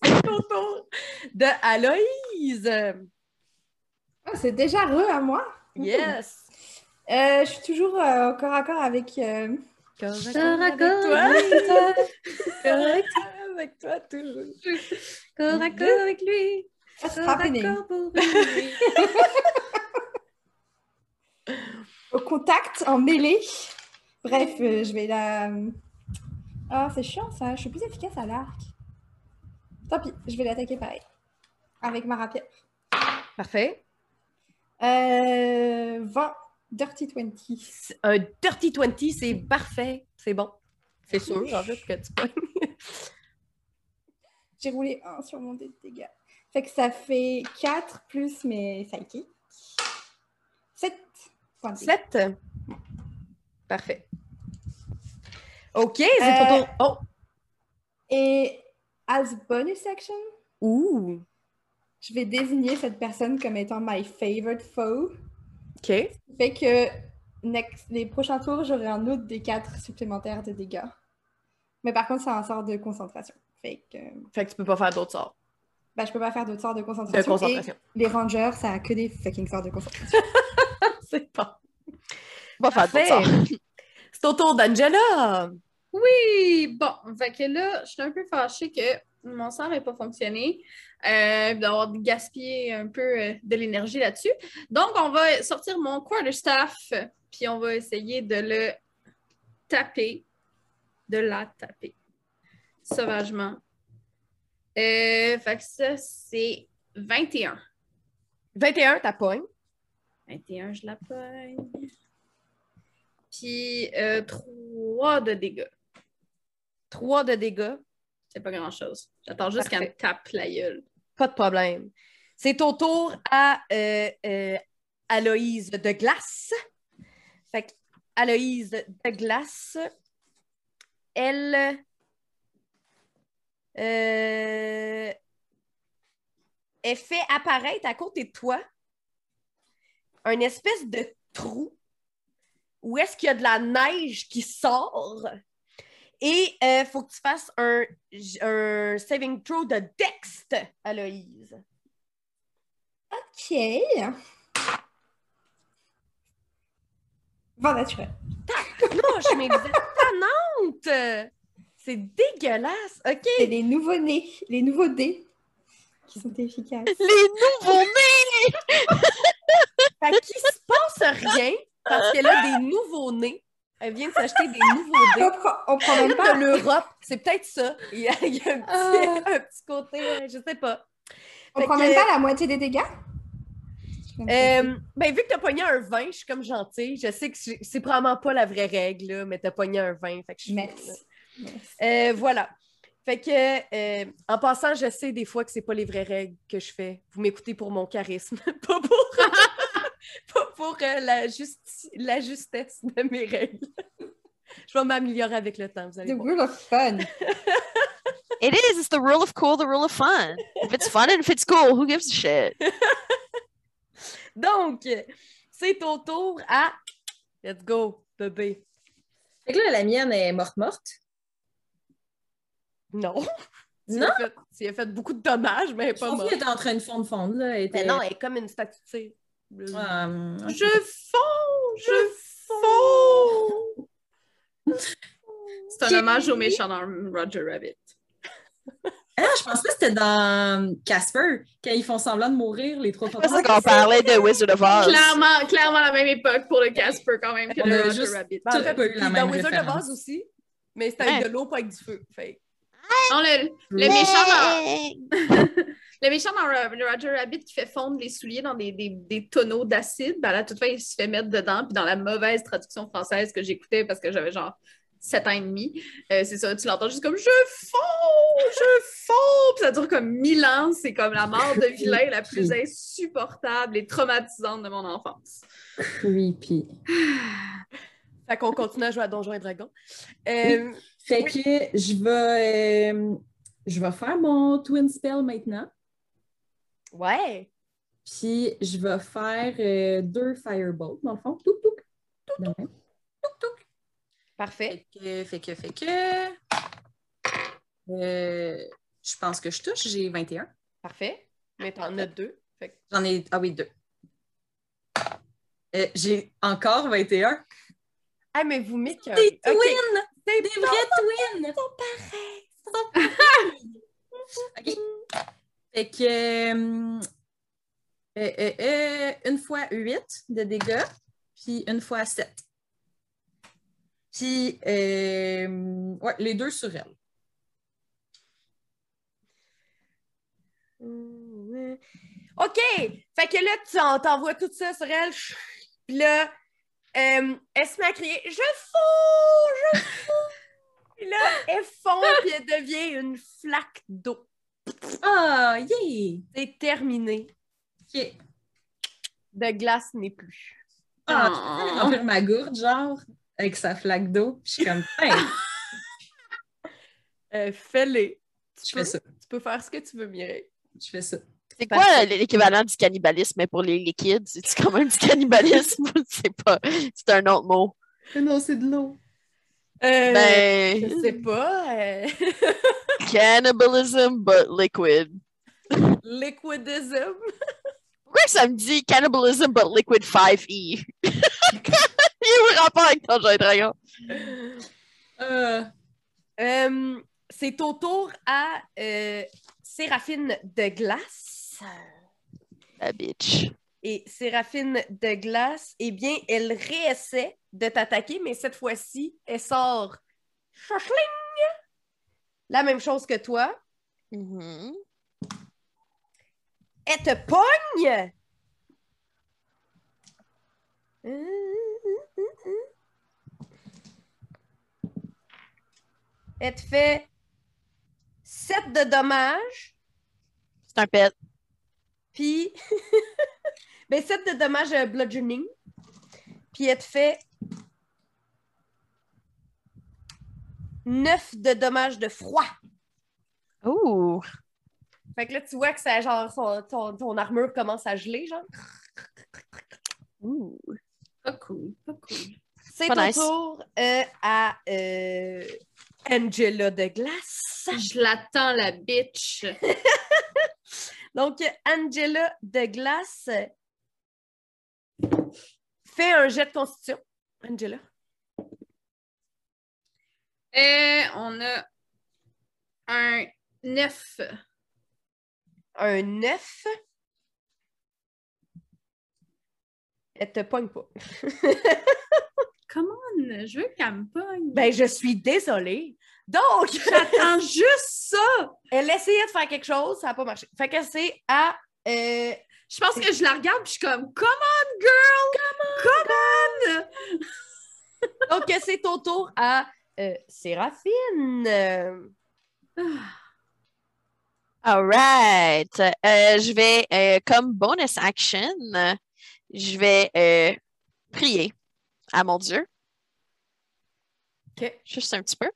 Speaker 1: C'est au tour de Aloïse.
Speaker 5: Ah, c'est déjà re à moi.
Speaker 1: Yes.
Speaker 5: Euh, je suis toujours euh, au corps à corps avec. euh,
Speaker 1: Corps à
Speaker 3: Corps à
Speaker 1: corps
Speaker 3: corps
Speaker 1: avec toi. [LAUGHS]
Speaker 5: Correct.
Speaker 1: Avec toi, toujours.
Speaker 4: Corps à corps avec lui.
Speaker 5: Happening.
Speaker 4: pour lui.
Speaker 5: Au contact, en mêlée. Bref, euh, je vais la. Ah, c'est chiant ça. Je suis plus efficace à l'arc. Tant pis, je vais l'attaquer pareil. Avec ma rapière.
Speaker 1: Parfait.
Speaker 5: Euh, 20. Dirty 20.
Speaker 1: C'est Un Dirty 20, c'est parfait. C'est bon. C'est sûr, en fait, que tu pognes.
Speaker 5: J'ai roulé 1 sur mon dé de dégâts. Fait que ça fait 4 plus mes psychiques. 7 points de dégâts.
Speaker 1: 7. Parfait. OK, c'est pour
Speaker 2: Euh,
Speaker 1: ton. Oh!
Speaker 5: Et as bonus action,
Speaker 1: Ouh!
Speaker 5: je vais désigner cette personne comme étant my favorite foe.
Speaker 1: OK.
Speaker 5: Fait que next- les prochains tours, j'aurai un autre des 4 supplémentaires de dégâts. Mais par contre, c'est un sort de concentration. Fait que
Speaker 1: Fait que tu peux pas faire d'autres sorts
Speaker 5: bah, je peux pas faire d'autres sorts de
Speaker 1: de
Speaker 5: concentration.
Speaker 1: concentration.
Speaker 5: Et les rangers, ça a que des fucking sorts de concentration.
Speaker 1: [LAUGHS] C'est bon.
Speaker 2: Va faire d'autres sorts.
Speaker 1: C'est au tour d'Angela.
Speaker 4: Oui, bon, fait que là, je suis un peu fâchée que mon sort n'ait pas fonctionné, euh, puis d'avoir gaspillé un peu euh, de l'énergie là-dessus. Donc, on va sortir mon quarterstaff, puis on va essayer de le taper, de la taper, sauvagement. Euh, fait que ça, c'est 21.
Speaker 1: 21, ta poigne.
Speaker 4: 21, je la pogne. Puis 3 de dégâts.
Speaker 1: 3 de dégâts.
Speaker 4: C'est pas grand-chose. J'attends juste qu'elle me tape la gueule.
Speaker 1: Pas de problème. C'est au tour à euh, euh, Aloïse de glace. Fait que Aloïse de glace, elle. euh, elle fait apparaître à côté de toi un espèce de trou où est-ce qu'il y a de la neige qui sort. Et il faut que tu fasses un, un saving throw de Dext, Aloïse.
Speaker 5: Ok. Vent naturel.
Speaker 1: Non, je m'exaltante! C'est dégueulasse!
Speaker 5: C'est
Speaker 1: OK!
Speaker 5: les nouveaux-nés, les nouveaux dés qui sont efficaces.
Speaker 2: Les nouveaux
Speaker 1: Fait qu'il se passe rien parce qu'elle a des nouveaux-nés. Elle vient de s'acheter des nouveaux
Speaker 5: On
Speaker 1: dés.
Speaker 5: prend, on
Speaker 1: [LAUGHS]
Speaker 5: prend même pas.
Speaker 1: De l'Europe, c'est peut-être ça. Il y a, il y a un, petit, [LAUGHS] un petit côté, euh, je sais pas.
Speaker 5: On
Speaker 1: Fait
Speaker 5: prend
Speaker 1: que-
Speaker 5: même pas la moitié des dégâts? Je viens de
Speaker 1: Euh, ben, vu que t'as pogné un 20, je suis comme gentille. Je sais que c'est c'est probablement pas la vraie règle, là, mais t'as pogné un 20. Fait que je suis
Speaker 5: Merci. Merci.
Speaker 1: Euh, voilà. Fait que, euh, en passant, je sais des fois que c'est pas les vraies règles que je fais. Vous m'écoutez pour mon charisme, [LAUGHS] pas pour, pas pour euh, la, justi- la justesse de mes règles. je vais m'améliorer avec le temps, vous allez
Speaker 5: The
Speaker 1: voir.
Speaker 5: rule of fun.
Speaker 2: It is. It's the rule of cool, the rule of fun. If it's fun and if it's cool, who gives a shit?
Speaker 1: Donc, c'est ton tour à... Let's go, bébé.
Speaker 3: Fait que là, la mienne est morte-morte.
Speaker 1: Non. [LAUGHS] Tu
Speaker 3: Non?
Speaker 1: as fait, tu as fait beaucoup de dommages, mais elle est
Speaker 3: Je
Speaker 1: pas Euh,
Speaker 3: pense
Speaker 1: mort.
Speaker 3: qu'elle était en train de fondre, fondre. Là. Elle était-
Speaker 1: Mais non, elle est comme une statue, tu sais.
Speaker 3: Euh, ok. [LAUGHS]
Speaker 4: Je fonds! Je fonds! C'est un hommage au méchant dans Roger Rabbit.
Speaker 3: Ah, je pensais que c'était dans Casper, quand ils font semblant de mourir, les trois
Speaker 2: Parce
Speaker 3: fantômes.
Speaker 2: qu'on parlait de Wizard of Oz.
Speaker 4: Clairement, clairement la même époque pour le Casper quand même que
Speaker 3: On
Speaker 4: le
Speaker 3: a
Speaker 4: Roger
Speaker 3: juste-
Speaker 4: Rabbit.
Speaker 1: Ben, en
Speaker 3: Tout
Speaker 1: fait,
Speaker 3: pas eu
Speaker 1: puis
Speaker 3: la
Speaker 1: dans
Speaker 3: même
Speaker 1: Wizard of
Speaker 3: référence.
Speaker 1: Oz aussi, mais c'était avec de
Speaker 2: Ouais.
Speaker 1: l'eau, pas avec du feu. Fait que-
Speaker 4: Non, le, le
Speaker 3: Ouais.
Speaker 4: méchant dans, [LAUGHS] le méchant dans Ro- le Roger Rabbit qui fait fondre les souliers dans des, des- des tonneaux d'acide, ben là, toute fin, il se fait mettre dedans. Puis dans la mauvaise traduction française que j'écoutais parce que j'avais genre 7 ans et demi, euh, c'est ça, tu l'entends juste comme je fonds, je fonds. Puis ça dure comme 1000 ans. C'est comme la mort de vilain la plus insupportable et traumatisante de mon enfance.
Speaker 3: Creepy.
Speaker 1: Fait qu'on continue à jouer à Donjons et Dragons. Euh,
Speaker 3: Fait que je vais, euh, je vais faire mon Twin Spell maintenant.
Speaker 1: ouais.
Speaker 3: Puis je vais faire euh, deux Firebolts, dans le fond. Touc, touc. De même.
Speaker 1: Parfait.
Speaker 3: Fait que, fait que, fait que. Euh, je pense que je touche. J'ai 21.
Speaker 1: Parfait. Mais t'en as deux. Fait que-
Speaker 3: J'en ai. Ah oui, deux. Euh, j'ai encore 21.
Speaker 1: Ah, mais vous mettez qu'un.
Speaker 3: Des
Speaker 1: Ok.
Speaker 3: twins!
Speaker 1: C'est
Speaker 3: Des vrais twins! Ils sont pareils! Ils sont pareils! [LAUGHS] OK. Fait que. hum, euh, euh, euh, une fois 8 de dégâts, puis une fois 7. Puis, euh, ouais, les deux sur elle.
Speaker 1: OK! Fait que là, tu en- t'envoies tout ça sur elle. chut, Puis là, euh, elle se met à crier Je fonds! Je fonds! Puis là, elle fond, puis elle devient une flaque d'eau.
Speaker 3: Ah, yeah!
Speaker 1: C'est terminé.
Speaker 3: Ok.
Speaker 1: De glace n'est plus.
Speaker 3: Ah, tu peux remplir ma gourde, genre, avec sa flaque d'eau. Je suis [LAUGHS] comme, ben, hey,
Speaker 1: Euh, Fais-les.
Speaker 3: je
Speaker 1: Tu, peux-
Speaker 3: fais ça.
Speaker 1: tu peux faire ce que tu veux, Mireille.
Speaker 3: Je fais ça.
Speaker 2: C'est quoi l'équivalent du cannibalisme mais pour les liquides? C'est quand même du cannibalisme? [LAUGHS] Je sais pas. C'est un autre mot.
Speaker 3: Mais non, c'est de l'eau.
Speaker 1: Euh,
Speaker 2: Ben,
Speaker 1: Je sais pas. euh,
Speaker 2: cannibalism but liquid.
Speaker 1: [LAUGHS] Liquidism.
Speaker 2: Pourquoi ça me dit cannibalism but liquid E. [LAUGHS] 5e? Il y a un rapport avec ton et dragon.
Speaker 3: Euh,
Speaker 1: Euh, c'est au tour à euh, Séraphine de Glace.
Speaker 2: La bitch.
Speaker 1: Et Séraphine de Glace, eh bien, elle réessaie de t'attaquer, mais cette fois-ci, elle sort Chachling! La même chose que toi.
Speaker 2: Mhm.
Speaker 1: Elle te pogne! Elle te fait 7 de dommages,
Speaker 2: C'est un pet.
Speaker 1: puis. [LAUGHS] ben, 7 de dommages euh, bludgeoning. Puis elle te fait 9 de dommages de froid.
Speaker 2: Ouh.
Speaker 1: Fait que là, tu vois que ça, genre, son- ton, ton armure commence à geler, genre.
Speaker 2: Ouh.
Speaker 3: pas cool, pas cool.
Speaker 1: C'est
Speaker 2: Pas
Speaker 1: ton
Speaker 2: nice.
Speaker 1: tour euh, à euh, Angela de Glace.
Speaker 4: Je l'attends, la bitch.
Speaker 1: Donc, Angela de Glace fait un jet de constitution. Angela.
Speaker 4: Et on a un 9.
Speaker 1: Un 9. Elle te pogne pas. [LAUGHS]
Speaker 4: Come on, je veux qu'elle me pogne.
Speaker 1: Ben, je suis désolée.
Speaker 2: [LAUGHS]
Speaker 1: Donc,
Speaker 4: J'attends juste ça.
Speaker 1: elle essayait de faire quelque chose, ça n'a pas marché. Fait que c'est à. euh,
Speaker 4: Je pense que je la regarde puis je suis comme Come on, girl! Come on!
Speaker 1: donc, c'est ton tour à euh, Séraphine. Euh,
Speaker 2: All right. Euh, je vais, euh, comme bonus action, euh, je vais euh, prier à mon Dieu.
Speaker 1: OK.
Speaker 2: Juste un petit peu.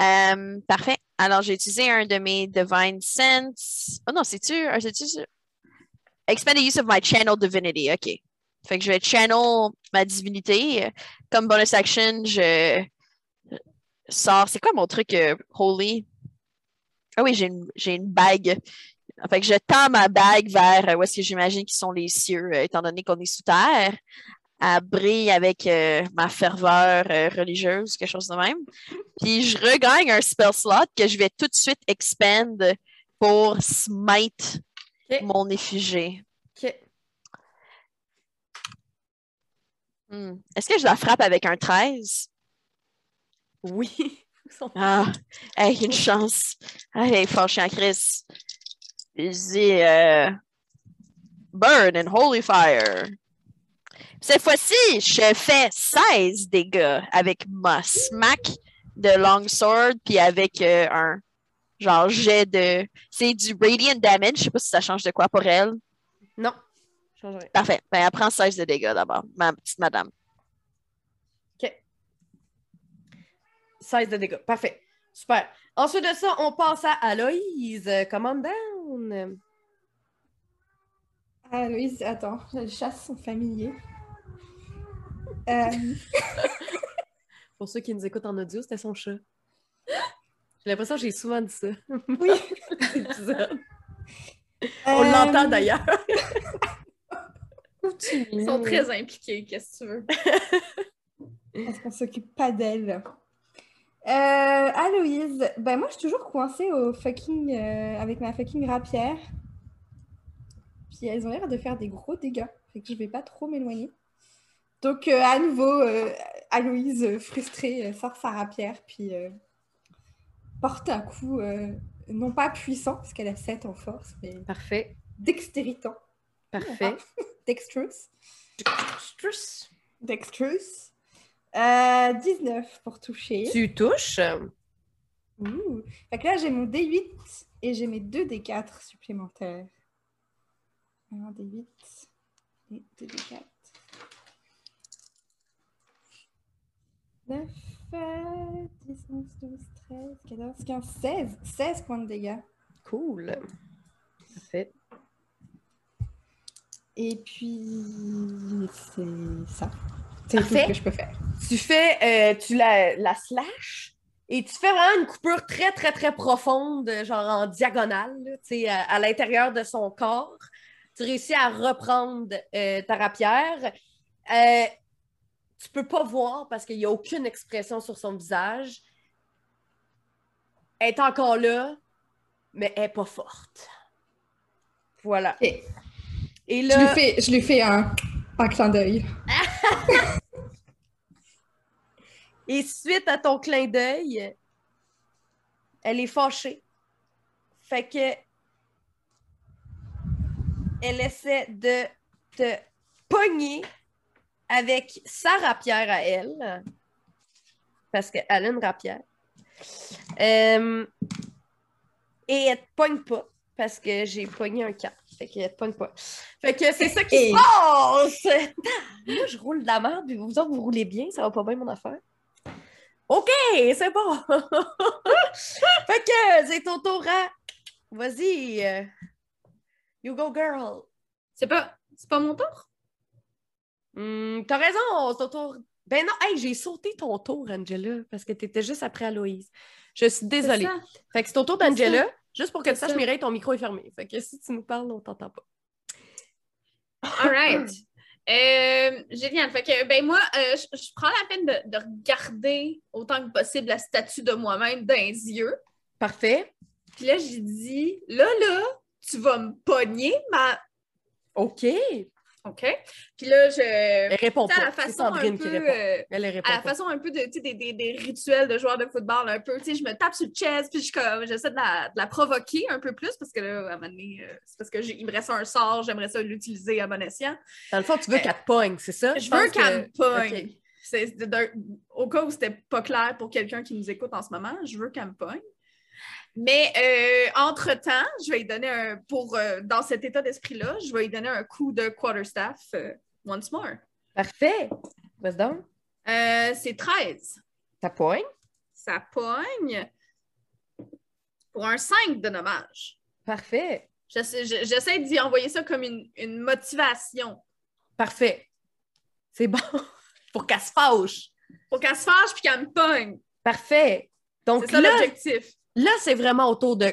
Speaker 2: Euh, parfait. Alors, j'ai utilisé un de mes Divine Sense. Oh non, c'est-tu? ah, c'est-tu ça? Expand the use of my channel divinity. OK. Fait que je vais channel ma divinité. Comme bonus action, je sors. C'est quoi mon truc euh, holy? Ah oui, j'ai une, j'ai une bague. Fait que je tends ma bague vers euh, où est-ce que j'imagine qu'ils sont les cieux, euh, étant donné qu'on est sous terre. Elle brille avec euh, ma ferveur euh, religieuse, quelque chose de même. Puis je regagne un spell slot que je vais tout de suite expand pour smite
Speaker 1: Ok.
Speaker 2: mon effigé.
Speaker 1: OK.
Speaker 2: Hmm. Est-ce que je la frappe avec un 13?
Speaker 1: Oui. [LAUGHS] Son-
Speaker 2: Ah, avec une chance. Ah, Hey, fâché en crise. Easy. euh, Burn and Holy Fire. Cette fois-ci, je fais 16 dégâts avec ma smack de Longsword, puis avec euh, un genre jet de. C'est du Radiant Damage. Je sais pas si ça change de quoi pour elle.
Speaker 1: Non. Je change rien.
Speaker 2: Parfait. Ben, elle prend 16 de dégâts d'abord, ma petite madame.
Speaker 1: 16 de dégâts. Parfait. Super. Ensuite de ça, on passe à Aloïse. Command down.
Speaker 5: Ah, Louise, attends, les chasses sont familiers. Euh,
Speaker 1: Pour ceux qui nous écoutent en audio, c'était son chat. J'ai l'impression que j'ai souvent dit ça. [LAUGHS]
Speaker 5: Oui.
Speaker 1: Épisode. on
Speaker 5: euh,
Speaker 1: l'entend d'ailleurs.
Speaker 4: Ils
Speaker 1: Mm.
Speaker 4: sont très impliqués, qu'est-ce que tu veux?
Speaker 5: Parce qu'on s'occupe pas d'elle. Euh, ah, Louise, ben moi je suis toujours coincée au fucking, euh, avec ma fucking rapière. Puis elles ont l'air de faire des gros dégâts. Fait que je vais pas trop m'éloigner. Donc euh, à nouveau, euh, Aloïse, euh, frustrée, euh, sort sa rapière, puis euh, porte un coup, euh, non pas puissant, parce qu'elle a 7 en force, mais
Speaker 1: Parfait.
Speaker 5: dextéritant,
Speaker 1: Parfait.
Speaker 5: dextrous.
Speaker 1: Struss.
Speaker 5: Dextrous. Euh, 19 pour toucher.
Speaker 1: Tu touches.
Speaker 5: Ouh. Fait que là, j'ai mon D8 et j'ai mes deux D4 supplémentaires. Un D8 et deux D4. 9, 10, 11, 12, 13, 14, 15, 16. 16 points de dégâts.
Speaker 1: Cool. Parfait.
Speaker 5: Et puis, c'est ça. C'est tout
Speaker 1: Parfait.
Speaker 5: ce que je peux faire.
Speaker 1: Tu fais, euh, tu la, la slash et tu fais vraiment une coupure très, très, très profonde, genre en diagonale, là, tu sais, à, à l'intérieur de son corps. Tu réussis à reprendre euh, ta rapière. Euh, tu peux pas voir parce qu'il n'y a aucune expression sur son visage. Elle est encore là, mais elle n'est pas forte. Voilà.
Speaker 5: Ok.
Speaker 1: Et
Speaker 5: Je lui
Speaker 1: là,
Speaker 5: fais, je lui fais un, un clin d'œil.
Speaker 1: Et suite à ton clin d'œil, elle est fâchée. Fait que elle essaie de te pogner avec sa rapière à elle. Parce qu'elle a une rapière. Euh, et elle te pogne pas. Parce que j'ai pogné un cap. Fait qu'elle te pogne pas. Fait que c'est ça qui
Speaker 5: Et-
Speaker 1: se passe! Moi, je roule de la merde, puis vous autres, vous roulez bien, ça va pas bien mon affaire. OK, c'est bon! [LAUGHS] fait que c'est ton tour à... Vas-y! euh, You go, girl!
Speaker 4: C'est pas, c'est pas mon tour?
Speaker 1: Hmm, T'as raison, c'est ton tour. Ben non, hey, j'ai sauté ton tour, Angela, parce que t'étais juste après Aloïse. Je suis
Speaker 4: C'est
Speaker 1: désolée.
Speaker 4: ça.
Speaker 1: Fait que c'est ton tour
Speaker 4: ça.
Speaker 1: d'Angela. Juste pour que tu
Speaker 4: C'est
Speaker 1: saches,
Speaker 4: ça.
Speaker 1: Mireille, ton micro est fermé. Fait que si tu nous parles, on t'entend pas.
Speaker 4: All right. Euh, génial. Fait que, ben moi, euh, je- je prends la peine de, de regarder autant que possible la statue de moi-même dans les yeux.
Speaker 1: Parfait.
Speaker 4: Puis là, j'ai dit, là, là, tu vas me pogner, ma...
Speaker 1: OK.
Speaker 4: OK? Puis là, je...
Speaker 1: Elle répond
Speaker 4: Tu sais,
Speaker 1: pas.
Speaker 4: à la
Speaker 1: C'est
Speaker 4: façon un
Speaker 1: Sandrine
Speaker 4: peu...
Speaker 1: qui répond.
Speaker 4: euh,
Speaker 1: Elle elle répond
Speaker 4: à la
Speaker 1: pas.
Speaker 4: façon un peu de, tu sais, des, des, des rituels de joueurs de football, un peu, tu sais, je me tape sur le chest, puis je suis comme, j'essaie de la, de la provoquer un peu plus, parce que là, à un moment donné, euh, c'est parce que j'ai- il me reste un sort, j'aimerais ça l'utiliser à bon escient.
Speaker 1: Dans le fond, tu veux
Speaker 4: Euh,
Speaker 1: qu'elle te pogne, c'est ça?
Speaker 4: Je veux
Speaker 1: pense
Speaker 4: qu'elle me
Speaker 1: que-
Speaker 4: pogne.
Speaker 1: Ok.
Speaker 4: C'est- c'est d'un- Au cas où c'était pas clair pour quelqu'un qui nous écoute en ce moment, je veux qu'elle me pogne. Mais euh, entre-temps, je vais lui donner un... Pour, euh, dans cet état d'esprit-là, je vais lui donner un coup de quarterstaff euh, once more.
Speaker 1: Parfait. Vas-y donc.
Speaker 4: Euh, c'est 13.
Speaker 1: Ça pogne.
Speaker 4: Ça pogne pour un 5 de dommage.
Speaker 1: Parfait.
Speaker 4: J'essa- je- J'essaie d'y envoyer ça comme une, une motivation
Speaker 1: Parfait. C'est bon. [LAUGHS] Pour qu'elle se fâche.
Speaker 4: pour qu'elle se fâche puis qu'elle me pogne.
Speaker 1: Parfait. Donc
Speaker 4: C'est ça
Speaker 1: là,
Speaker 4: l'objectif.
Speaker 1: là c'est vraiment autour de.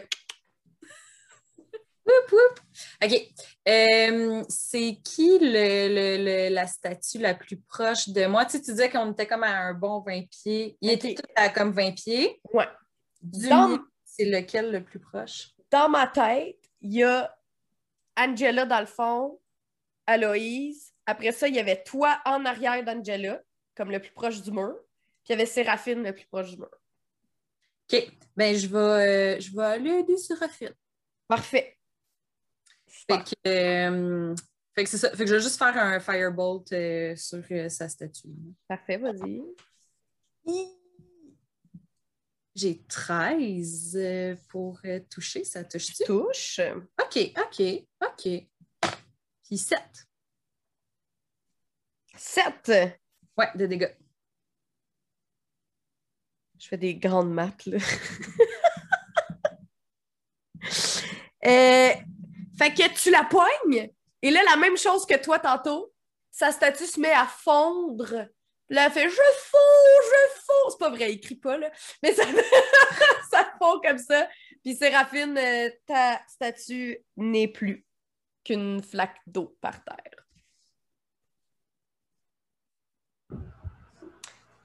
Speaker 3: OK. Euh, c'est qui le, le- le- la statue la plus proche de moi? Tu, sais, tu disais qu'on était comme à un bon 20 pieds. Il
Speaker 1: OK.
Speaker 3: était tout à comme 20 pieds.
Speaker 1: Ouais.
Speaker 3: Du
Speaker 1: Dans-
Speaker 3: mien, c'est lequel le plus proche?
Speaker 1: Dans ma tête, il y a Angela dans le fond, Aloïse. Après ça, il y avait toi en arrière d'Angela, comme le plus proche du mur. Puis il y avait Séraphine, le plus proche du mur.
Speaker 3: OK. Ben, je vais, euh, je vais aller du surfit.
Speaker 1: Parfait.
Speaker 3: Fait que, euh, fait que c'est ça. Fait que je vais juste faire un firebolt euh, sur euh, sa statue.
Speaker 1: Parfait, vas-y.
Speaker 3: J'ai 13 euh, pour euh, toucher. Ça touche-tu?
Speaker 1: Touche.
Speaker 3: OK, OK, OK. Puis 7.
Speaker 1: 7.
Speaker 3: Ouais, de dégâts.
Speaker 1: Je fais des grandes maths, là. [LAUGHS] Euh, fait que tu la poignes, et là, la même chose que toi tantôt, sa statue se met à fondre. Là, elle fait « Je fonds, je fonds! » C'est pas vrai, il crie pas, là. Mais ça, [LAUGHS] ça fond comme ça. Puis Séraphine, euh, ta statue n'est plus qu'une flaque d'eau par terre.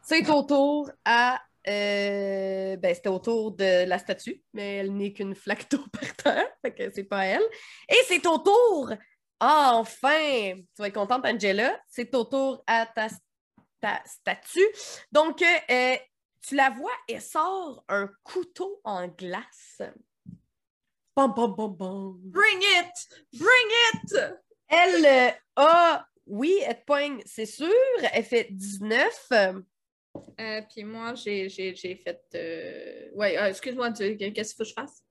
Speaker 1: C'est au tour à euh, ben, c'était autour de la statue, mais elle n'est qu'une flaque d'eau [LAUGHS] par terre, fait que c'est pas elle. Et c'est au tour! Enfin! Tu vas être contente, Angela. C'est au tour à ta ta statue. Donc, euh, euh, tu la vois et sort un couteau en glace. Bam, bam, bam, bam.
Speaker 4: Bring it! Bring it!
Speaker 1: Elle euh, a, oui, elle te poigne, c'est sûr. Elle fait 19. euh,
Speaker 4: Euh, puis moi, j'ai, j'ai, j'ai fait. euh, Ouais, euh, excuse-moi, tu- qu'est-ce qu'il faut que je fasse?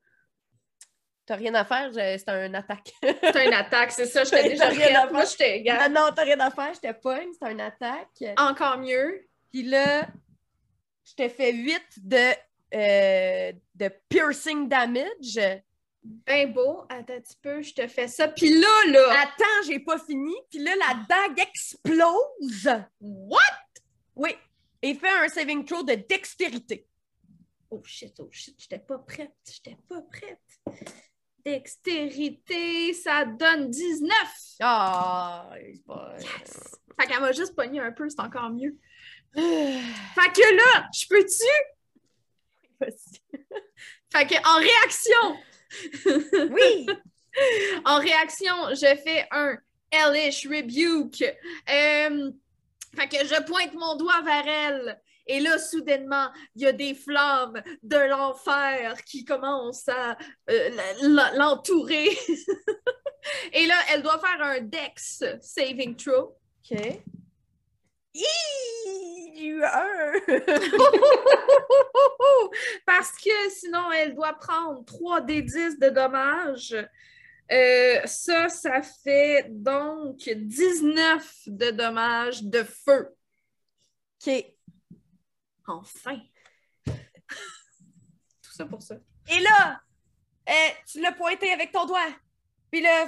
Speaker 1: T'as rien à faire, j'ai- c'est un attaque. [LAUGHS]
Speaker 4: C'est une attaque, c'est ça, j'étais déjà
Speaker 1: T'as rien à
Speaker 4: prête. Moi, j'étais. regarde,
Speaker 1: Ah non, t'as rien à faire, je te pogne, c'est un attaque.
Speaker 4: Encore mieux.
Speaker 1: Puis là, je te fais 8 de, euh, de piercing damage.
Speaker 4: Ben beau. Attends un petit peu, je te fais ça. Puis là, là.
Speaker 1: Attends, j'ai pas fini. Puis là, la dague explose.
Speaker 4: What?
Speaker 1: Oui. Et fait un saving throw de dextérité.
Speaker 4: Oh shit, oh shit, j'étais pas prête. J'étais pas prête. Dextérité, ça donne 19.
Speaker 1: Ah, c'est pas-
Speaker 4: Yes! Fait qu'elle m'a juste pogné un peu, c'est encore mieux. Fait que là, je peux-tu? Fait que en
Speaker 1: [LAUGHS]
Speaker 4: réaction.
Speaker 1: Oui!
Speaker 4: En réaction, je fais un hellish rebuke. Euh, fait que je pointe mon doigt vers elle. Et là, soudainement, il y a des flammes de l'enfer qui commencent à euh, la- la- l'entourer. [LAUGHS] Et là, elle doit faire un Dex saving throw.
Speaker 1: OK. Iiii, un. [LAUGHS]
Speaker 4: [LAUGHS] Parce que sinon, elle doit prendre 3 des 10 de dommages. Euh, ça, ça fait donc 19 de dommages de feu.
Speaker 1: OK. Eh,
Speaker 4: Enfin! [LAUGHS] Tout ça pour ça.
Speaker 1: Et là, euh, tu l'as pointé avec ton doigt. Puis là,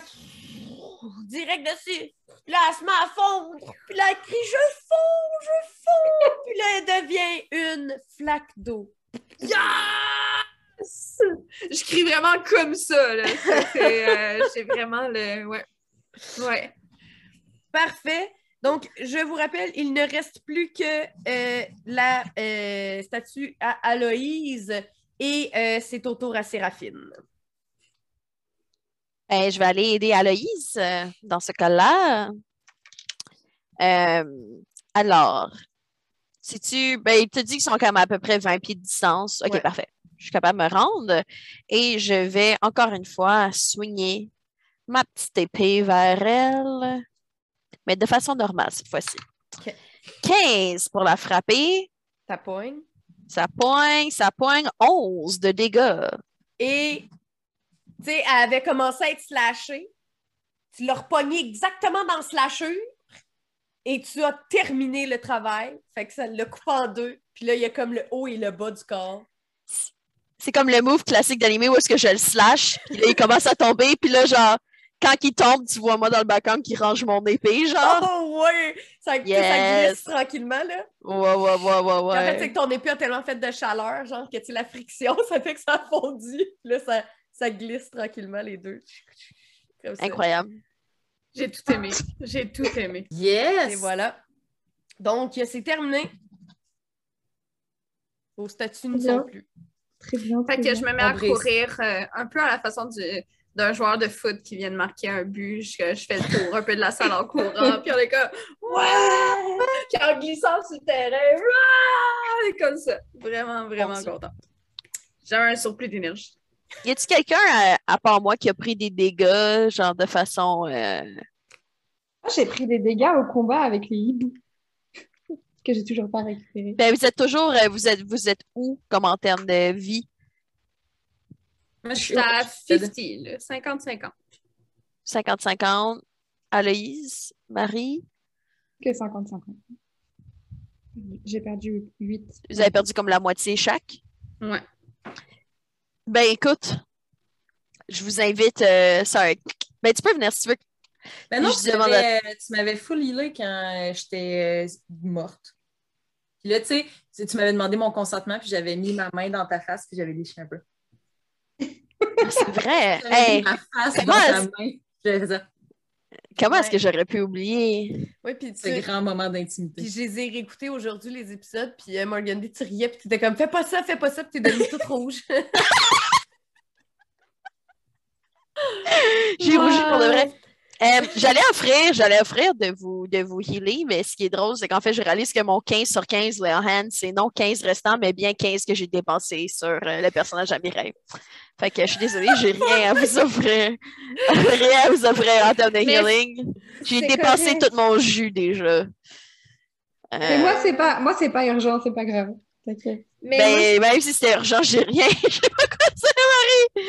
Speaker 1: direct dessus. Puis là, elle se met à fondre. Puis là, elle crie Je fonds, je fonds. Puis là, elle devient une flaque d'eau.
Speaker 4: Yes! Je crie vraiment comme ça, là. C'est- c'est, euh, J'ai vraiment le... Ouais. Ouais.
Speaker 1: Parfait. Donc, je vous rappelle, il ne reste plus que euh, la euh, statue à Aloïse et euh, c'est au tour à Séraphine.
Speaker 2: Ben, je vais aller aider Aloïse euh, dans ce cas-là. Euh, alors, si tu. Ben, il te dit qu'ils sont comme à peu près 20 pieds de distance. OK,
Speaker 1: Ouais.
Speaker 2: parfait. Je suis capable de me rendre et je vais encore une fois soigner ma petite épée vers elle, mais de façon normale cette fois-ci.
Speaker 1: OK.
Speaker 2: 15 pour la frapper.
Speaker 1: Ta poigne.
Speaker 2: Ça poigne, ça poigne. 11 de dégâts.
Speaker 1: Et, tu sais, elle avait commencé à être slashée. Tu l'as repognée exactement dans le slasher et tu as terminé le travail. Fait que ça l'a coupé en deux. Puis là, il y a comme le haut et le bas du corps.
Speaker 2: c'est comme le move classique d'animé où est-ce que je le slash, puis là, il commence à tomber, puis là, genre, quand il tombe, tu vois moi dans le background qui range mon épée, genre.
Speaker 1: Oh, ouais! Ça, tu sais, ça
Speaker 2: Ah! Yes.
Speaker 1: glisse tranquillement, là.
Speaker 2: Ouais, ouais, ouais, ouais,
Speaker 1: Puis En fait, c'est
Speaker 2: ouais.
Speaker 1: Oh. que ton épée a tellement fait de chaleur, genre, que tu sais, la friction, [LAUGHS] ça fait que ça a fondu. Puis là, ça, ça glisse tranquillement, les deux. Comme ça.
Speaker 2: Incroyable.
Speaker 4: J'ai tout aimé. J'ai tout aimé.
Speaker 3: Yes!
Speaker 1: Et voilà. Donc, c'est terminé. Vos statuts ne
Speaker 5: Bien.
Speaker 1: sont plus.
Speaker 5: Très bien.
Speaker 4: Fait
Speaker 5: très
Speaker 4: que
Speaker 5: bien.
Speaker 4: je me mets à
Speaker 3: On brise.
Speaker 4: courir euh, un peu à la façon du- d'un joueur de foot qui vient de marquer un but. Je, je fais le tour un peu de la salle en [LAUGHS] courant. Puis on est comme Ouais! Puis en glissant sur le terrain, ouais! Comme ça. Vraiment, vraiment
Speaker 2: Bon,
Speaker 4: content. J'avais un surplus d'énergie.
Speaker 2: Y a-tu quelqu'un, à, à part moi, qui a pris des dégâts, genre, de façon. euh,
Speaker 5: Moi, j'ai pris des dégâts au combat avec les hiboux [LAUGHS] que j'ai toujours pas récupéré.
Speaker 2: Ben, vous êtes toujours. euh, vous, êtes, vous êtes où, comme en termes de vie?
Speaker 3: Moi, je
Speaker 4: Je
Speaker 3: suis
Speaker 4: suis à
Speaker 3: fifty.
Speaker 4: 50, là. 50-50.
Speaker 2: 50-50. Aloïse, Marie,
Speaker 5: Que 50-50. J'ai perdu 8.
Speaker 2: vous avez perdu comme la moitié chaque?
Speaker 4: Ouais.
Speaker 2: Ben écoute, je vous invite. euh, sorry. Ben tu peux venir si tu veux.
Speaker 3: Mais Ben non,
Speaker 2: Je
Speaker 3: tu
Speaker 2: demande
Speaker 3: m'avais, euh, tu m'avais full healé quand euh, j'étais euh, morte. Puis là, tu sais, tu- tu m'avais demandé mon consentement, puis j'avais mis ma main dans ta face, puis j'avais léché un peu.
Speaker 2: C'est
Speaker 3: [LAUGHS]
Speaker 2: vrai.
Speaker 3: J'avais mis
Speaker 2: Hey,
Speaker 3: ma face
Speaker 2: comment
Speaker 3: dans ta
Speaker 2: est-ce-
Speaker 3: main. Je faisais,
Speaker 2: comment est-ce
Speaker 1: Ouais.
Speaker 2: que j'aurais pu oublier?
Speaker 1: Oui, puis tu...
Speaker 3: ce grand moment d'intimité.
Speaker 1: Puis je les ai réécoutés aujourd'hui, les épisodes, puis euh, Morgan D, tu riais, puis tu étais comme « Fais pas ça, fais pas ça », puis t'es devenue toute rouge. [LAUGHS]
Speaker 2: J'ai rougi pour de vrai. Euh, j'allais offrir, j'allais offrir de vous, de vous healer, mais ce qui est drôle, c'est qu'en fait, je réalise que mon 15 sur 15, Leo Hand, c'est non 15 restant, mais bien 15 que j'ai dépensé sur euh, le personnage à mes rêves. Fait que je suis désolée, j'ai rien à vous offrir. rien à vous offrir en termes de
Speaker 4: Mais
Speaker 2: healing. J'ai
Speaker 5: c'est
Speaker 2: dépensé
Speaker 5: correct.
Speaker 2: tout mon jus déjà. Euh,
Speaker 5: Mais moi, c'est pas, moi, c'est pas urgent, c'est pas grave. T'inquiète.
Speaker 4: Mais moi,
Speaker 2: ben, même si c'était urgent, j'ai rien. Je sais pas quoi dire,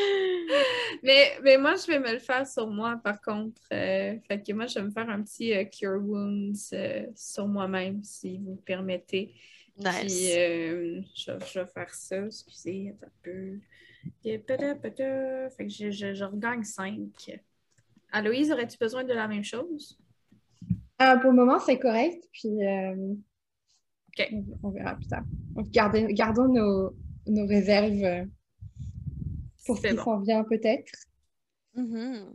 Speaker 4: Mais, mais moi, je vais me le faire sur moi, par contre. Euh, fait que moi, je vais me faire un petit euh, Cure Wounds euh, sur moi-même, si vous me permettez.
Speaker 2: Marie. Nice.
Speaker 4: Puis, euh, je, je vais faire ça. Excusez, attends un peu. Et pada, pada. Fait que je, je, je regagne 5. Aloïse, aurais-tu besoin de la même chose?
Speaker 5: Ah, pour le moment, c'est correct. Puis, euh,
Speaker 4: Ok.
Speaker 5: on- on verra plus tard. Donc, gardez- gardons nos, nos réserves euh, pour ce
Speaker 4: C'est
Speaker 5: qui
Speaker 4: bon.
Speaker 5: s'en vient peut-être.
Speaker 2: Mhm.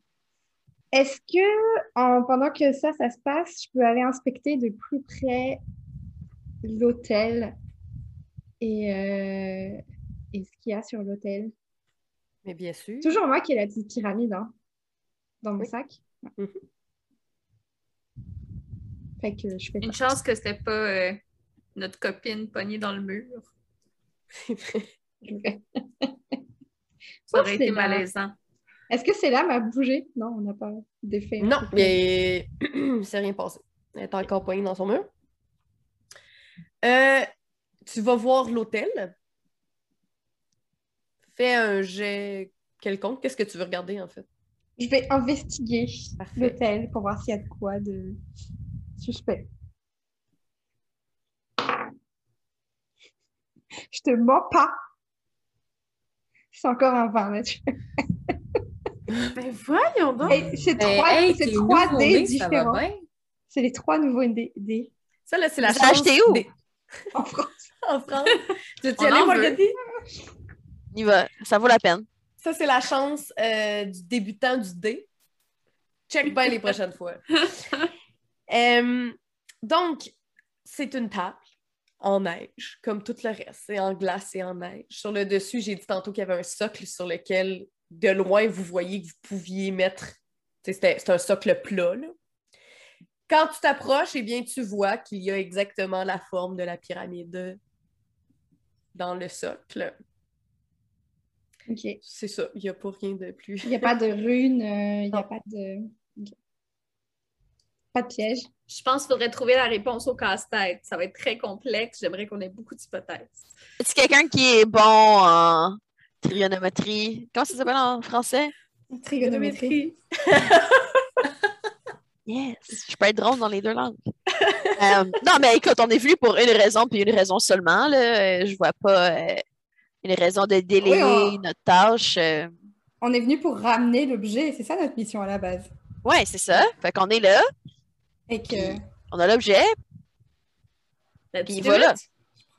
Speaker 5: Est-ce que, en- pendant que ça, ça se passe, je peux aller inspecter de plus près l'hôtel et, euh, et ce qu'il y a sur l'hôtel?
Speaker 1: Mais bien sûr.
Speaker 5: Toujours moi qui ai la petite pyramide hein, dans mon sac. Ouais.
Speaker 1: Mhm.
Speaker 5: Fait que je fais
Speaker 4: Une chance que c'était pas euh, notre copine pognée dans le mur.
Speaker 5: ça.
Speaker 4: Ça
Speaker 5: Oh,
Speaker 4: aurait été
Speaker 5: c'est là.
Speaker 4: malaisant.
Speaker 5: Est-ce que c'est là ma bougé? Non, on n'a pas d'effet.
Speaker 1: Non, mais [CLEARS THROAT] c'est rien passé. Elle est encore poignée dans son mur. Euh, tu vas voir l'hôtel. Fais un jet quelconque. Qu'est-ce que tu veux regarder, en fait?
Speaker 5: Je vais investiguer
Speaker 1: Parfait.
Speaker 5: l'hôtel pour voir s'il y a de quoi de suspect. Je te mens pas. C'est encore un vin
Speaker 3: Ah,
Speaker 5: naturel. Ben,
Speaker 4: Mais voyons donc!
Speaker 5: Hey, C'est
Speaker 3: Eh,
Speaker 5: trois,
Speaker 3: hey,
Speaker 5: c'est
Speaker 3: tes
Speaker 5: trois
Speaker 3: nouveaux
Speaker 5: dés
Speaker 3: dés, ça va
Speaker 5: différents.
Speaker 3: bien?
Speaker 5: C'est les trois nouveaux dés, dés
Speaker 1: Ça, là, c'est la
Speaker 2: Vous achetez où?
Speaker 1: des-
Speaker 5: en France. [LAUGHS]
Speaker 1: [LAUGHS] en France. tu veux
Speaker 4: On en
Speaker 1: aller,
Speaker 4: veut.
Speaker 1: Morgane?
Speaker 2: On y va. Ça vaut la peine.
Speaker 1: Ça, c'est la chance euh, du débutant du dé. Check bien les prochaines
Speaker 4: [LAUGHS]
Speaker 1: fois. Euh, donc, c'est une table en neige, comme tout le reste. C'est en glace et en neige. Sur le dessus, j'ai dit tantôt qu'il y avait un socle sur lequel, de loin, vous voyez que vous pouviez mettre. tu sais, C'était c'est un socle plat. là. Quand tu t'approches, eh bien, tu vois qu'il y a exactement la forme de la pyramide dans le socle.
Speaker 5: Ok. Il
Speaker 1: C'est ça, il n'y a pas rien de
Speaker 3: [LAUGHS]
Speaker 1: plus.
Speaker 5: n'y a pas de runes, euh, il n'y a pas de. ok. Pas de piège.
Speaker 4: Je pense qu'il faudrait trouver la réponse au casse-tête. Ça va être très complexe. J'aimerais qu'on ait beaucoup d'hypothèses.
Speaker 2: Est-ce quelqu'un qui est bon en trigonométrie? Comment ça s'appelle en français?
Speaker 5: Trigonométrie.
Speaker 2: Yes. Je peux être drôle dans les deux langues. [LAUGHS] Euh, non, mais écoute, on est venu pour une raison puis une raison seulement. Là. Euh, Je vois pas euh, une raison de délayer
Speaker 5: on-
Speaker 2: notre tâche. euh.
Speaker 5: On est venu pour ramener l'objet, c'est ça notre mission à la base.
Speaker 2: Ouais, c'est ça. Fait qu'on est là,
Speaker 5: Et que
Speaker 2: on a l'objet.
Speaker 4: Let's
Speaker 2: Puis
Speaker 4: do
Speaker 2: voilà.
Speaker 4: it.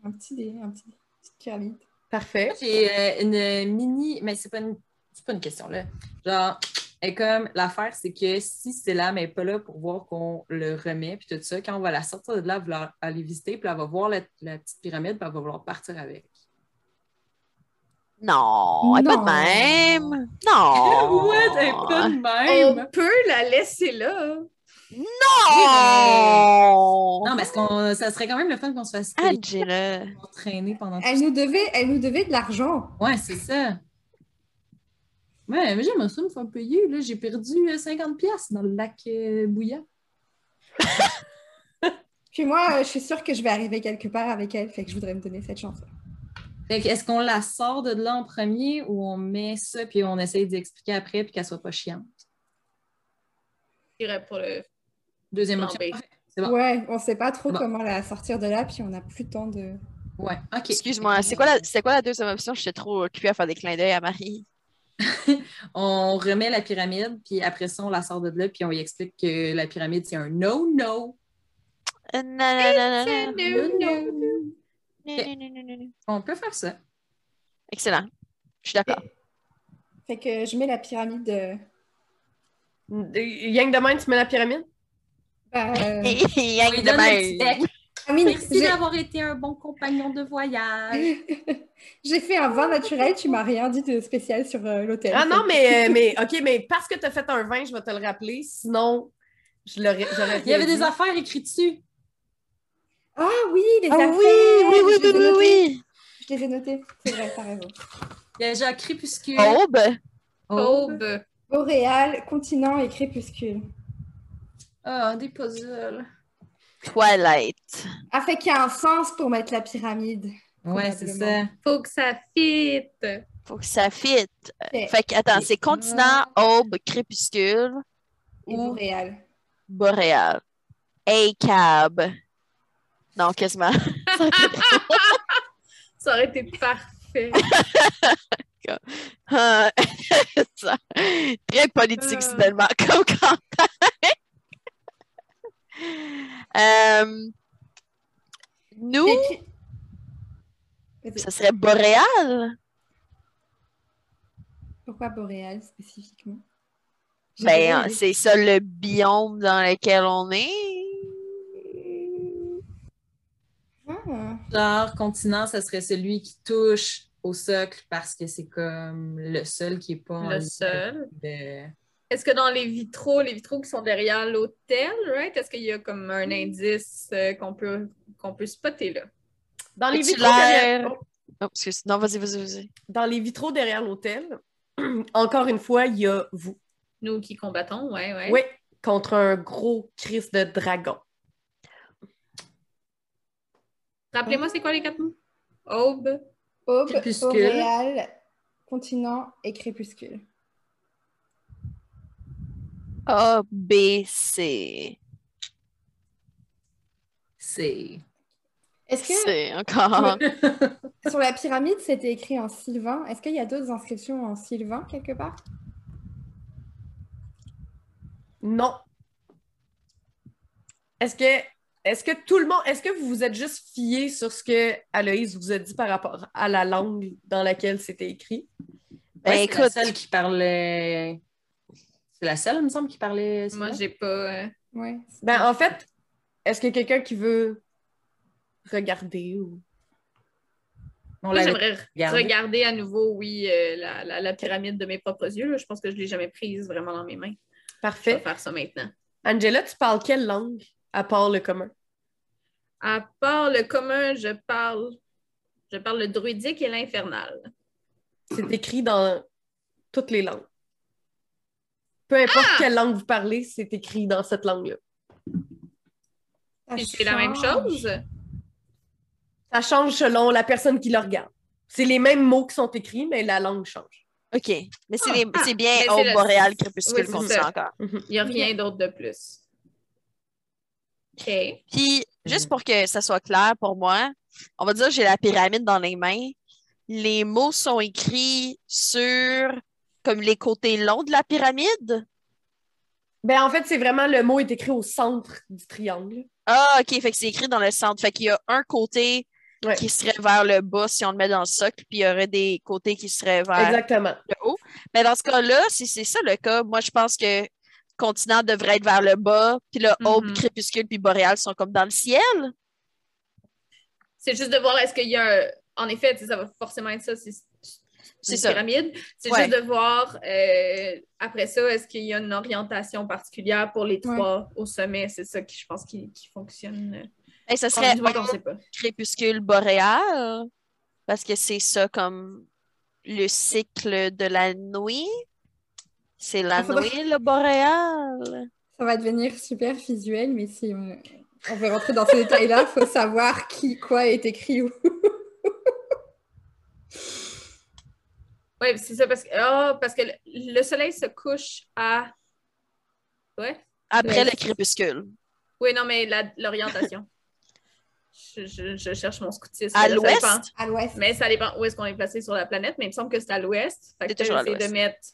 Speaker 5: un petit dé, un petit, petite pyramide.
Speaker 1: Parfait.
Speaker 3: J'ai euh, une mini. Mais c'est pas une. C'est pas une question là. Genre, et comme l'affaire, c'est que si c'est là, mais pas là pour voir qu'on le remet, puis tout ça, quand on va la sortir de là, elle va aller visiter, puis elle va voir la, la petite pyramide, puis elle va vouloir partir avec.
Speaker 2: Non, elle est pas
Speaker 5: Non.
Speaker 2: de même. Non.
Speaker 3: [LAUGHS] Ouais, t'es pas de
Speaker 4: On
Speaker 3: même!
Speaker 4: peut la laisser là.
Speaker 2: Non.
Speaker 3: Non, mais est-ce qu'on- ça serait quand même le fun qu'on se fasse
Speaker 2: Angela.
Speaker 3: entraîner pendant tout
Speaker 5: Elle nous devait, elle nous devait de l'argent.
Speaker 3: Ouais, c'est ça. Ouais, mais j'aimerais ça me faire payer. Là, j'ai perdu euh, 50 pièces dans le lac euh, Bouillat.
Speaker 5: Puis moi, euh, je suis sûre que je vais arriver quelque part avec elle, fait que je voudrais me donner cette chance.
Speaker 3: Fait que est-ce qu'on la sort de là en premier ou on met ça puis on essaye d'expliquer après puis qu'elle soit pas chiante?
Speaker 4: J'irais pour le.
Speaker 3: Deuxième
Speaker 4: Plan
Speaker 3: option.
Speaker 2: ben,
Speaker 4: B.
Speaker 3: Parfait. C'est bon.
Speaker 5: Ouais, on sait pas trop
Speaker 3: Bon.
Speaker 5: comment la sortir de là, puis on a plus le temps de.
Speaker 3: Ouais. OK.
Speaker 2: Excuse-moi, c'est quoi, la... c'est quoi la deuxième option? J'étais trop occupée à faire des clins d'œil à Marie.
Speaker 3: On remet la pyramide puis après ça on la sort de là puis on lui explique que la pyramide c'est un no no.
Speaker 2: Euh, non, non, non, non, non.
Speaker 3: no.
Speaker 2: Non,
Speaker 3: Ok.
Speaker 2: non, non, non, non, non.
Speaker 3: On peut faire ça.
Speaker 2: Excellent. Je suis d'accord.
Speaker 5: Fait que je mets la pyramide. euh,
Speaker 1: Euh, Yang de main, tu mets la pyramide?
Speaker 5: bah, euh,
Speaker 2: Yang de Eh
Speaker 3: lui donne un petit
Speaker 2: même.
Speaker 3: bec.
Speaker 5: Amine,
Speaker 3: Merci
Speaker 5: j'ai-
Speaker 3: d'avoir été un bon compagnon de voyage.
Speaker 5: J'ai fait un vin naturel, tu m'as rien dit de spécial sur euh, l'hôtel.
Speaker 1: Ah non, mais, euh,
Speaker 3: [LAUGHS]
Speaker 1: mais OK, mais parce que tu as fait un vin, je vais te le rappeler. Sinon, je l'aurais. j'aurais
Speaker 3: Il y avait
Speaker 1: rien
Speaker 2: [LAUGHS]
Speaker 3: des
Speaker 1: dit.
Speaker 3: affaires écrites dessus.
Speaker 5: Ah oui, les
Speaker 2: Ah
Speaker 5: affaires,
Speaker 2: oui, oui, oui,
Speaker 5: je
Speaker 2: oui,
Speaker 5: les ai
Speaker 2: oui,
Speaker 5: notées,
Speaker 2: oui.
Speaker 5: Je les ai notées, c'est vrai, t'as raison.
Speaker 3: Il y a genre crépuscule. Oh.
Speaker 2: Aube.
Speaker 4: Aube.
Speaker 5: Boréal, continent et crépuscule.
Speaker 3: Ah, des puzzles.
Speaker 2: Twilight.
Speaker 5: Ah, fait qu'il y a un sens pour mettre la pyramide.
Speaker 3: Ouais, c'est ça.
Speaker 4: Faut que ça fitte.
Speaker 2: Faut que ça fit.
Speaker 5: C'est
Speaker 2: Fait que, attends,
Speaker 3: Et-
Speaker 2: c'est continent, aube, crépuscule
Speaker 5: et
Speaker 2: ou
Speaker 5: boréal.
Speaker 2: boréal. A-cab. Non, [LAUGHS] quasiment.
Speaker 4: Ça aurait été parfait.
Speaker 2: Ah, [LAUGHS] ça- Très politique,
Speaker 4: Euh.
Speaker 2: finalement, [LAUGHS] comme campagne. Euh, nous,
Speaker 5: C'est écrit- Vas-y,
Speaker 2: ça serait boréal.
Speaker 5: Pourquoi boréal spécifiquement J'ai
Speaker 2: Ben,
Speaker 5: donné
Speaker 2: c'est ça le biome dans lequel on est.
Speaker 5: des- Ah,
Speaker 3: Genre, continent, ça serait celui qui touche au socle parce que c'est comme le seul qui est pas en
Speaker 4: Le
Speaker 3: ligne
Speaker 4: seul.
Speaker 3: de-
Speaker 4: Est-ce que dans les vitraux, les vitraux qui sont derrière l'hôtel, right? Est-ce qu'il y a comme un indice euh, qu'on peut qu'on peut spotter là?
Speaker 1: Dans les
Speaker 2: Tu
Speaker 1: vitraux derrière,
Speaker 2: l'as- Oh, excuse. Non, vas-y, vas-y, vas-y.
Speaker 1: dans les vitraux derrière l'hôtel, [CLEARS THROAT] encore une fois, il y a vous.
Speaker 4: Nous qui combattons, ouais, ouais.
Speaker 1: Oui, contre un gros Christ de dragon.
Speaker 4: Rappelez-moi, c'est quoi les quatre mots? Aube.
Speaker 5: Aube,
Speaker 3: Crépuscule.
Speaker 5: boréal, continent et crépuscule.
Speaker 2: A, B, C.
Speaker 3: C'est.
Speaker 5: Est-ce que
Speaker 2: C'est encore.
Speaker 5: sur la pyramide, c'était écrit en sylvain Est-ce qu'il y a d'autres inscriptions en sylvain quelque part
Speaker 1: Non. Est-ce que, est-ce que tout le monde, est-ce que vous vous êtes juste fié sur ce que Aloïse vous a dit par rapport à la langue dans laquelle c'était écrit?
Speaker 2: Ben,
Speaker 3: Ouais,
Speaker 2: écoute,
Speaker 3: C'est la seule qui parlait. C'est la seule, il me semble, qui parlait.
Speaker 4: Moi, j'ai pas. euh,
Speaker 5: Ouais.
Speaker 1: Ben, en fait, est-ce que quelqu'un qui veut regarder ou.
Speaker 3: On
Speaker 4: Moi,
Speaker 3: l'avait-
Speaker 4: j'aimerais
Speaker 3: regardé.
Speaker 4: regarder à nouveau, oui, euh, la, la- la pyramide de mes propres yeux. là. Je pense que je ne l'ai jamais prise vraiment dans mes mains. Je vais
Speaker 1: Parfait.
Speaker 4: faire ça maintenant.
Speaker 1: Angela, tu parles quelle langue à part le commun?
Speaker 4: À part le commun, je parle. Je parle le druidique et l'infernal.
Speaker 1: C'est écrit dans toutes les langues. Peu importe
Speaker 4: Ah!
Speaker 1: quelle langue vous parlez, c'est écrit dans cette langue-là.
Speaker 5: Ça
Speaker 4: Puis C'est la même
Speaker 5: Ah, change.
Speaker 4: chose?
Speaker 1: Ça change selon la personne qui le regarde. C'est les mêmes mots qui sont écrits, mais la langue change.
Speaker 2: OK. Mais c'est les-
Speaker 4: Ah,
Speaker 2: ben, c'est bien
Speaker 4: mais c'est
Speaker 2: Aube,
Speaker 4: le-
Speaker 2: Boréal, Crépuscule
Speaker 4: Oui, c'est
Speaker 2: qu'on
Speaker 4: ça.
Speaker 2: sait encore.
Speaker 4: Il n'y a rien d'autre de plus. OK.
Speaker 2: Puis, juste
Speaker 3: Mhm.
Speaker 2: pour que ça soit clair pour moi, on va dire que j'ai la pyramide dans les mains. Les mots sont écrits sur comme les côtés longs de la pyramide.
Speaker 1: Ben, en fait, c'est vraiment le mot est écrit au centre du triangle.
Speaker 2: Ah, OK. Fait que c'est écrit dans le centre. Fait qu'il y a un côté
Speaker 1: Ouais.
Speaker 2: qui serait vers le bas si on le met dans le socle, puis il y aurait des côtés qui seraient vers
Speaker 1: Exactement.
Speaker 2: le haut. Mais dans ce cas-là, si c'est ça le cas, moi, je pense que continent devrait être vers le bas, puis le aube,
Speaker 4: Mhm.
Speaker 2: crépuscule, puis boréal sont comme dans le ciel.
Speaker 4: C'est juste de voir est-ce qu'il y a un- En effet, tu sais, ça va forcément être ça, c'est
Speaker 2: C'est
Speaker 4: une
Speaker 2: ça.
Speaker 4: pyramide. C'est
Speaker 2: Ouais.
Speaker 4: juste de voir, euh, après ça, est-ce qu'il y a une orientation particulière pour les trois au sommet? C'est ça qui, je pense, qui, qui fonctionne.
Speaker 2: Et ce
Speaker 4: Quand
Speaker 2: serait
Speaker 4: du moins qu'on sait pas.
Speaker 2: crépuscule boréal, parce que c'est ça comme le cycle de la nuit. C'est la
Speaker 5: Ah, faudrait-
Speaker 2: nuit, le boréal.
Speaker 5: Ça va devenir super visuel, mais si on, on veut rentrer dans ces
Speaker 2: [LAUGHS]
Speaker 5: détails-là, il faut savoir qui, quoi est écrit où.
Speaker 4: Oui, c'est ça, parce que, ah, parce que le, le soleil se couche à. Ouais?
Speaker 2: Après
Speaker 5: Ouais.
Speaker 2: le crépuscule.
Speaker 4: Oui, non, mais la- l'orientation.
Speaker 2: [LAUGHS]
Speaker 4: je, je- je cherche mon scoutisme.
Speaker 2: À
Speaker 4: là, ça
Speaker 2: l'ouest?
Speaker 4: dépend.
Speaker 5: À l'ouest.
Speaker 4: Mais ça dépend où est-ce qu'on est placé sur la planète, mais il me semble que c'est à l'ouest. Fait
Speaker 2: C'est
Speaker 4: que
Speaker 2: toujours à
Speaker 4: j'essaie de
Speaker 2: l'ouest.
Speaker 4: mettre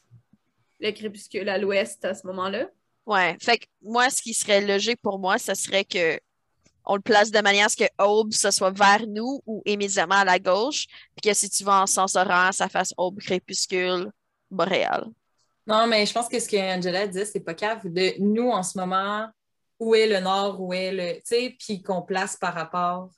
Speaker 4: le crépuscule à l'ouest à ce moment-là.
Speaker 2: Ouais. Fait que moi, ce qui serait logique pour moi, ce serait que on le place de manière à ce que aube, ce soit vers nous ou immédiatement à la gauche, puis que si tu vas en sens horaire, ça fasse aube, crépuscule, boréal.
Speaker 3: Non, mais je pense que ce que Angela dit, c'est pas cave. De, nous, en ce moment, où est le nord, où est le. Tu sais, puis qu'on place par rapport.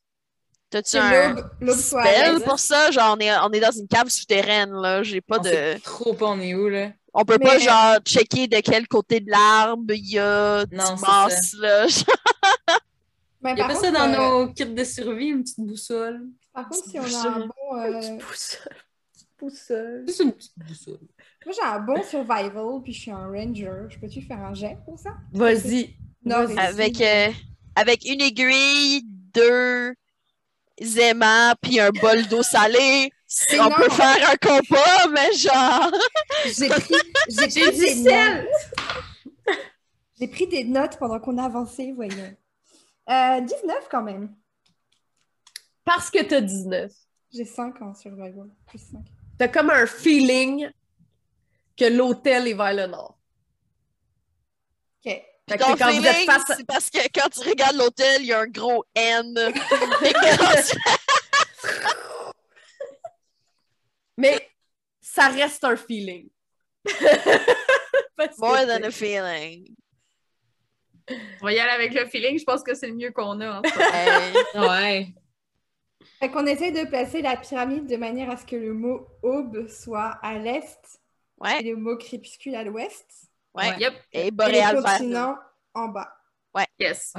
Speaker 2: T'as-tu
Speaker 5: C'est
Speaker 2: un
Speaker 5: l'aube,
Speaker 2: spell
Speaker 5: l'aube soirée.
Speaker 2: pour ça? Genre, on est, on est dans une cave souterraine, là. J'ai pas
Speaker 3: on
Speaker 2: de.
Speaker 3: sait trop pas on est où, là.
Speaker 2: On peut
Speaker 5: Mais-
Speaker 2: pas, genre, checker de quel côté de l'arbre il y a du
Speaker 3: Non, c'est
Speaker 2: mars, là. [LAUGHS]
Speaker 5: Mais
Speaker 3: Il y a
Speaker 5: par
Speaker 3: pas
Speaker 5: contre,
Speaker 3: ça dans
Speaker 5: euh,
Speaker 3: nos kits de survie, une petite boussole.
Speaker 5: Par contre, si on a un
Speaker 1: Boussole.
Speaker 5: bon. euh,
Speaker 1: Tu pousses. Tu pousses.
Speaker 3: Juste une petite boussole.
Speaker 5: Moi, j'ai un bon survival, puis je suis un ranger. Je peux-tu faire un jet pour ça?
Speaker 1: Vas-y.
Speaker 5: Non,
Speaker 1: Vas-y.
Speaker 5: mais-
Speaker 2: Avec, euh, avec une aiguille, deux aimants, puis un bol d'eau salée.
Speaker 5: C'est
Speaker 2: on
Speaker 5: non.
Speaker 2: peut faire un compas, mais genre.
Speaker 5: J'ai pris, j'ai
Speaker 4: J'ai
Speaker 5: pris
Speaker 4: du
Speaker 5: des
Speaker 4: sel!
Speaker 5: notes. J'ai pris des notes pendant qu'on avançait, voyons. Euh, 19 quand même.
Speaker 1: Parce que t'as 19.
Speaker 5: J'ai 5 en survival. Plus 5.
Speaker 1: T'as comme un feeling que l'hôtel est vers le nord.
Speaker 5: Ok.
Speaker 1: Fait que
Speaker 2: Ton
Speaker 1: c'est quand vous êtes
Speaker 2: feeling,
Speaker 1: face à-
Speaker 2: c'est parce que quand tu regardes l'hôtel, il y a un gros N.
Speaker 1: [LAUGHS]
Speaker 2: [LAUGHS] Et quand [LAUGHS] tu-
Speaker 1: Mais ça reste un feeling. [LAUGHS] Parce que
Speaker 2: More
Speaker 1: c'est-
Speaker 2: than a feeling.
Speaker 4: On va y aller avec le feeling. Je pense que c'est le mieux qu'on
Speaker 3: [LAUGHS]
Speaker 4: a. hein. en ce moment.
Speaker 2: Hey.
Speaker 3: Ouais.
Speaker 5: Fait qu'on essaie de placer la pyramide de manière à ce que le mot aube soit à l'est et
Speaker 2: Ouais,
Speaker 5: le mot crépuscule à l'ouest.
Speaker 2: ouais.
Speaker 4: Yep.
Speaker 2: Et
Speaker 5: Et le
Speaker 2: Boréal vert.
Speaker 5: continent en bas.
Speaker 4: Yes.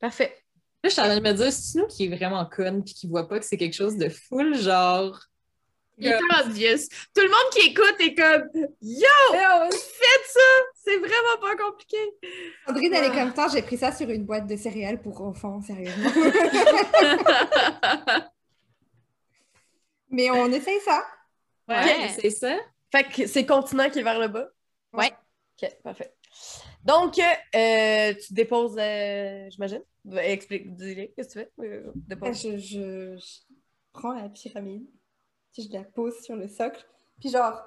Speaker 1: Parfait.
Speaker 3: Là, je suis en train de me dire, c'est nous qui est vraiment conne puis qui voit pas que c'est quelque chose de full, genre.
Speaker 4: Hyper obvious. Tout le monde qui écoute est comme Yo! Faites ça! C'est vraiment pas compliqué.
Speaker 5: Sandrine, elle est
Speaker 4: Ah.
Speaker 5: comme ça, j'ai pris ça sur une boîte de céréales pour enfants, [LAUGHS] sérieusement. Mais on essaye ça.
Speaker 2: Ouais.
Speaker 3: C'est ça?
Speaker 1: Fait que c'est continent qui est vers le bas.
Speaker 2: Ouais.
Speaker 1: OK, parfait. Donc, euh, tu déposes, euh, j'imagine. Va- Explique, dis-le, qu'est-ce que tu fais? Euh,
Speaker 2: Ben,
Speaker 5: Là,
Speaker 1: dépose.
Speaker 5: Je, je- je prends la pyramide, puis je la pose sur le socle, puis genre,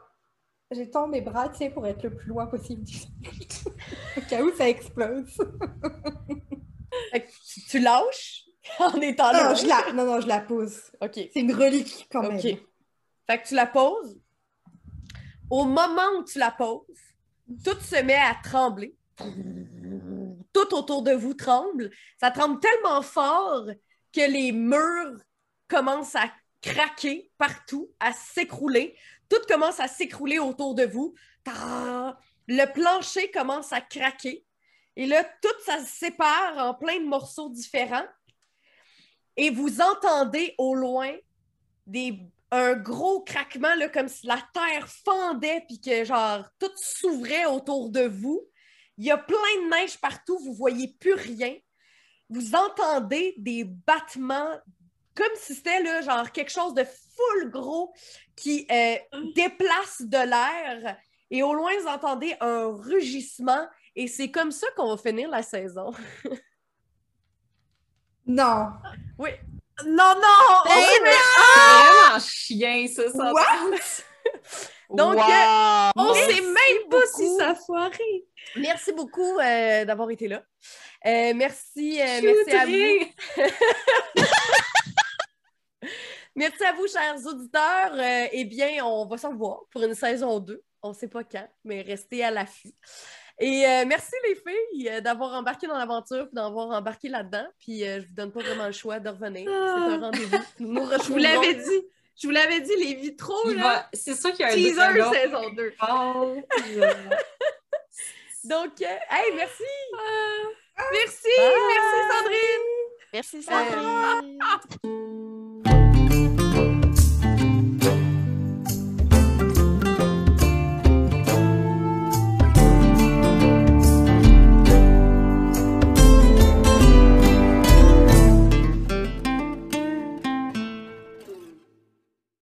Speaker 5: j'étends mes bras, tu sais, pour être le plus loin possible du socle. [LAUGHS] Au cas où ça explose.
Speaker 1: Fait que tu- tu lâches [LAUGHS] en étant
Speaker 5: Ah Non,
Speaker 1: là.
Speaker 5: non, je la, non, non, je la pose.
Speaker 1: OK.
Speaker 5: C'est une relique quand même.
Speaker 1: OK. Fait que tu la poses. Au moment où tu la poses, tout se met à trembler. Tout autour de vous tremble. Ça tremble tellement fort que les murs commencent à craquer partout, à s'écrouler. Tout commence à s'écrouler autour de vous. Tarrr. Le plancher commence à craquer. Et là, tout ça se sépare en plein de morceaux différents. Et vous entendez au loin des, un gros craquement, là, comme si la terre fendait, puis que genre tout s'ouvrait autour de vous. Il y a plein de neige partout, vous voyez plus rien. Vous entendez des battements comme si c'était là, genre quelque chose de full gros qui euh, déplace de l'air. Et au loin, vous entendez un rugissement. Et c'est comme ça qu'on va finir la saison.
Speaker 5: Non.
Speaker 1: Non, non!
Speaker 2: Ben
Speaker 3: C'est vraiment chien, ça, ça.
Speaker 5: What?
Speaker 1: Donc, euh,
Speaker 2: Wow!
Speaker 1: on
Speaker 4: On
Speaker 1: s'est
Speaker 4: sait même pas si
Speaker 1: beaucoup.
Speaker 4: ça a foiré.
Speaker 1: Merci beaucoup euh, d'avoir été là. Euh, merci, euh, merci à vous. [LAUGHS] Merci à vous, chers auditeurs. Euh, eh bien, on va se revoir pour une saison 2. On ne sait pas quand, mais restez à l'affût. Et euh, merci les filles euh, d'avoir embarqué dans l'aventure, puis d'avoir embarqué là-dedans. Puis euh, je vous donne pas vraiment le choix de revenir. C'est un rendez-vous. Nous nous
Speaker 4: Je Ah. vous
Speaker 1: retrouvons.
Speaker 4: l'avais dit. Je vous l'avais dit, les vitraux,
Speaker 3: Il
Speaker 4: là.
Speaker 3: va- C'est sûr qu'il y a un
Speaker 4: Teaser
Speaker 3: deuxième
Speaker 4: saison 2.
Speaker 3: rôle. Genre.
Speaker 1: Donc, euh, hey, merci.
Speaker 4: Merci,
Speaker 3: Ah.
Speaker 1: Bye.
Speaker 4: Ah. merci Sandrine.
Speaker 2: Merci, Sandrine.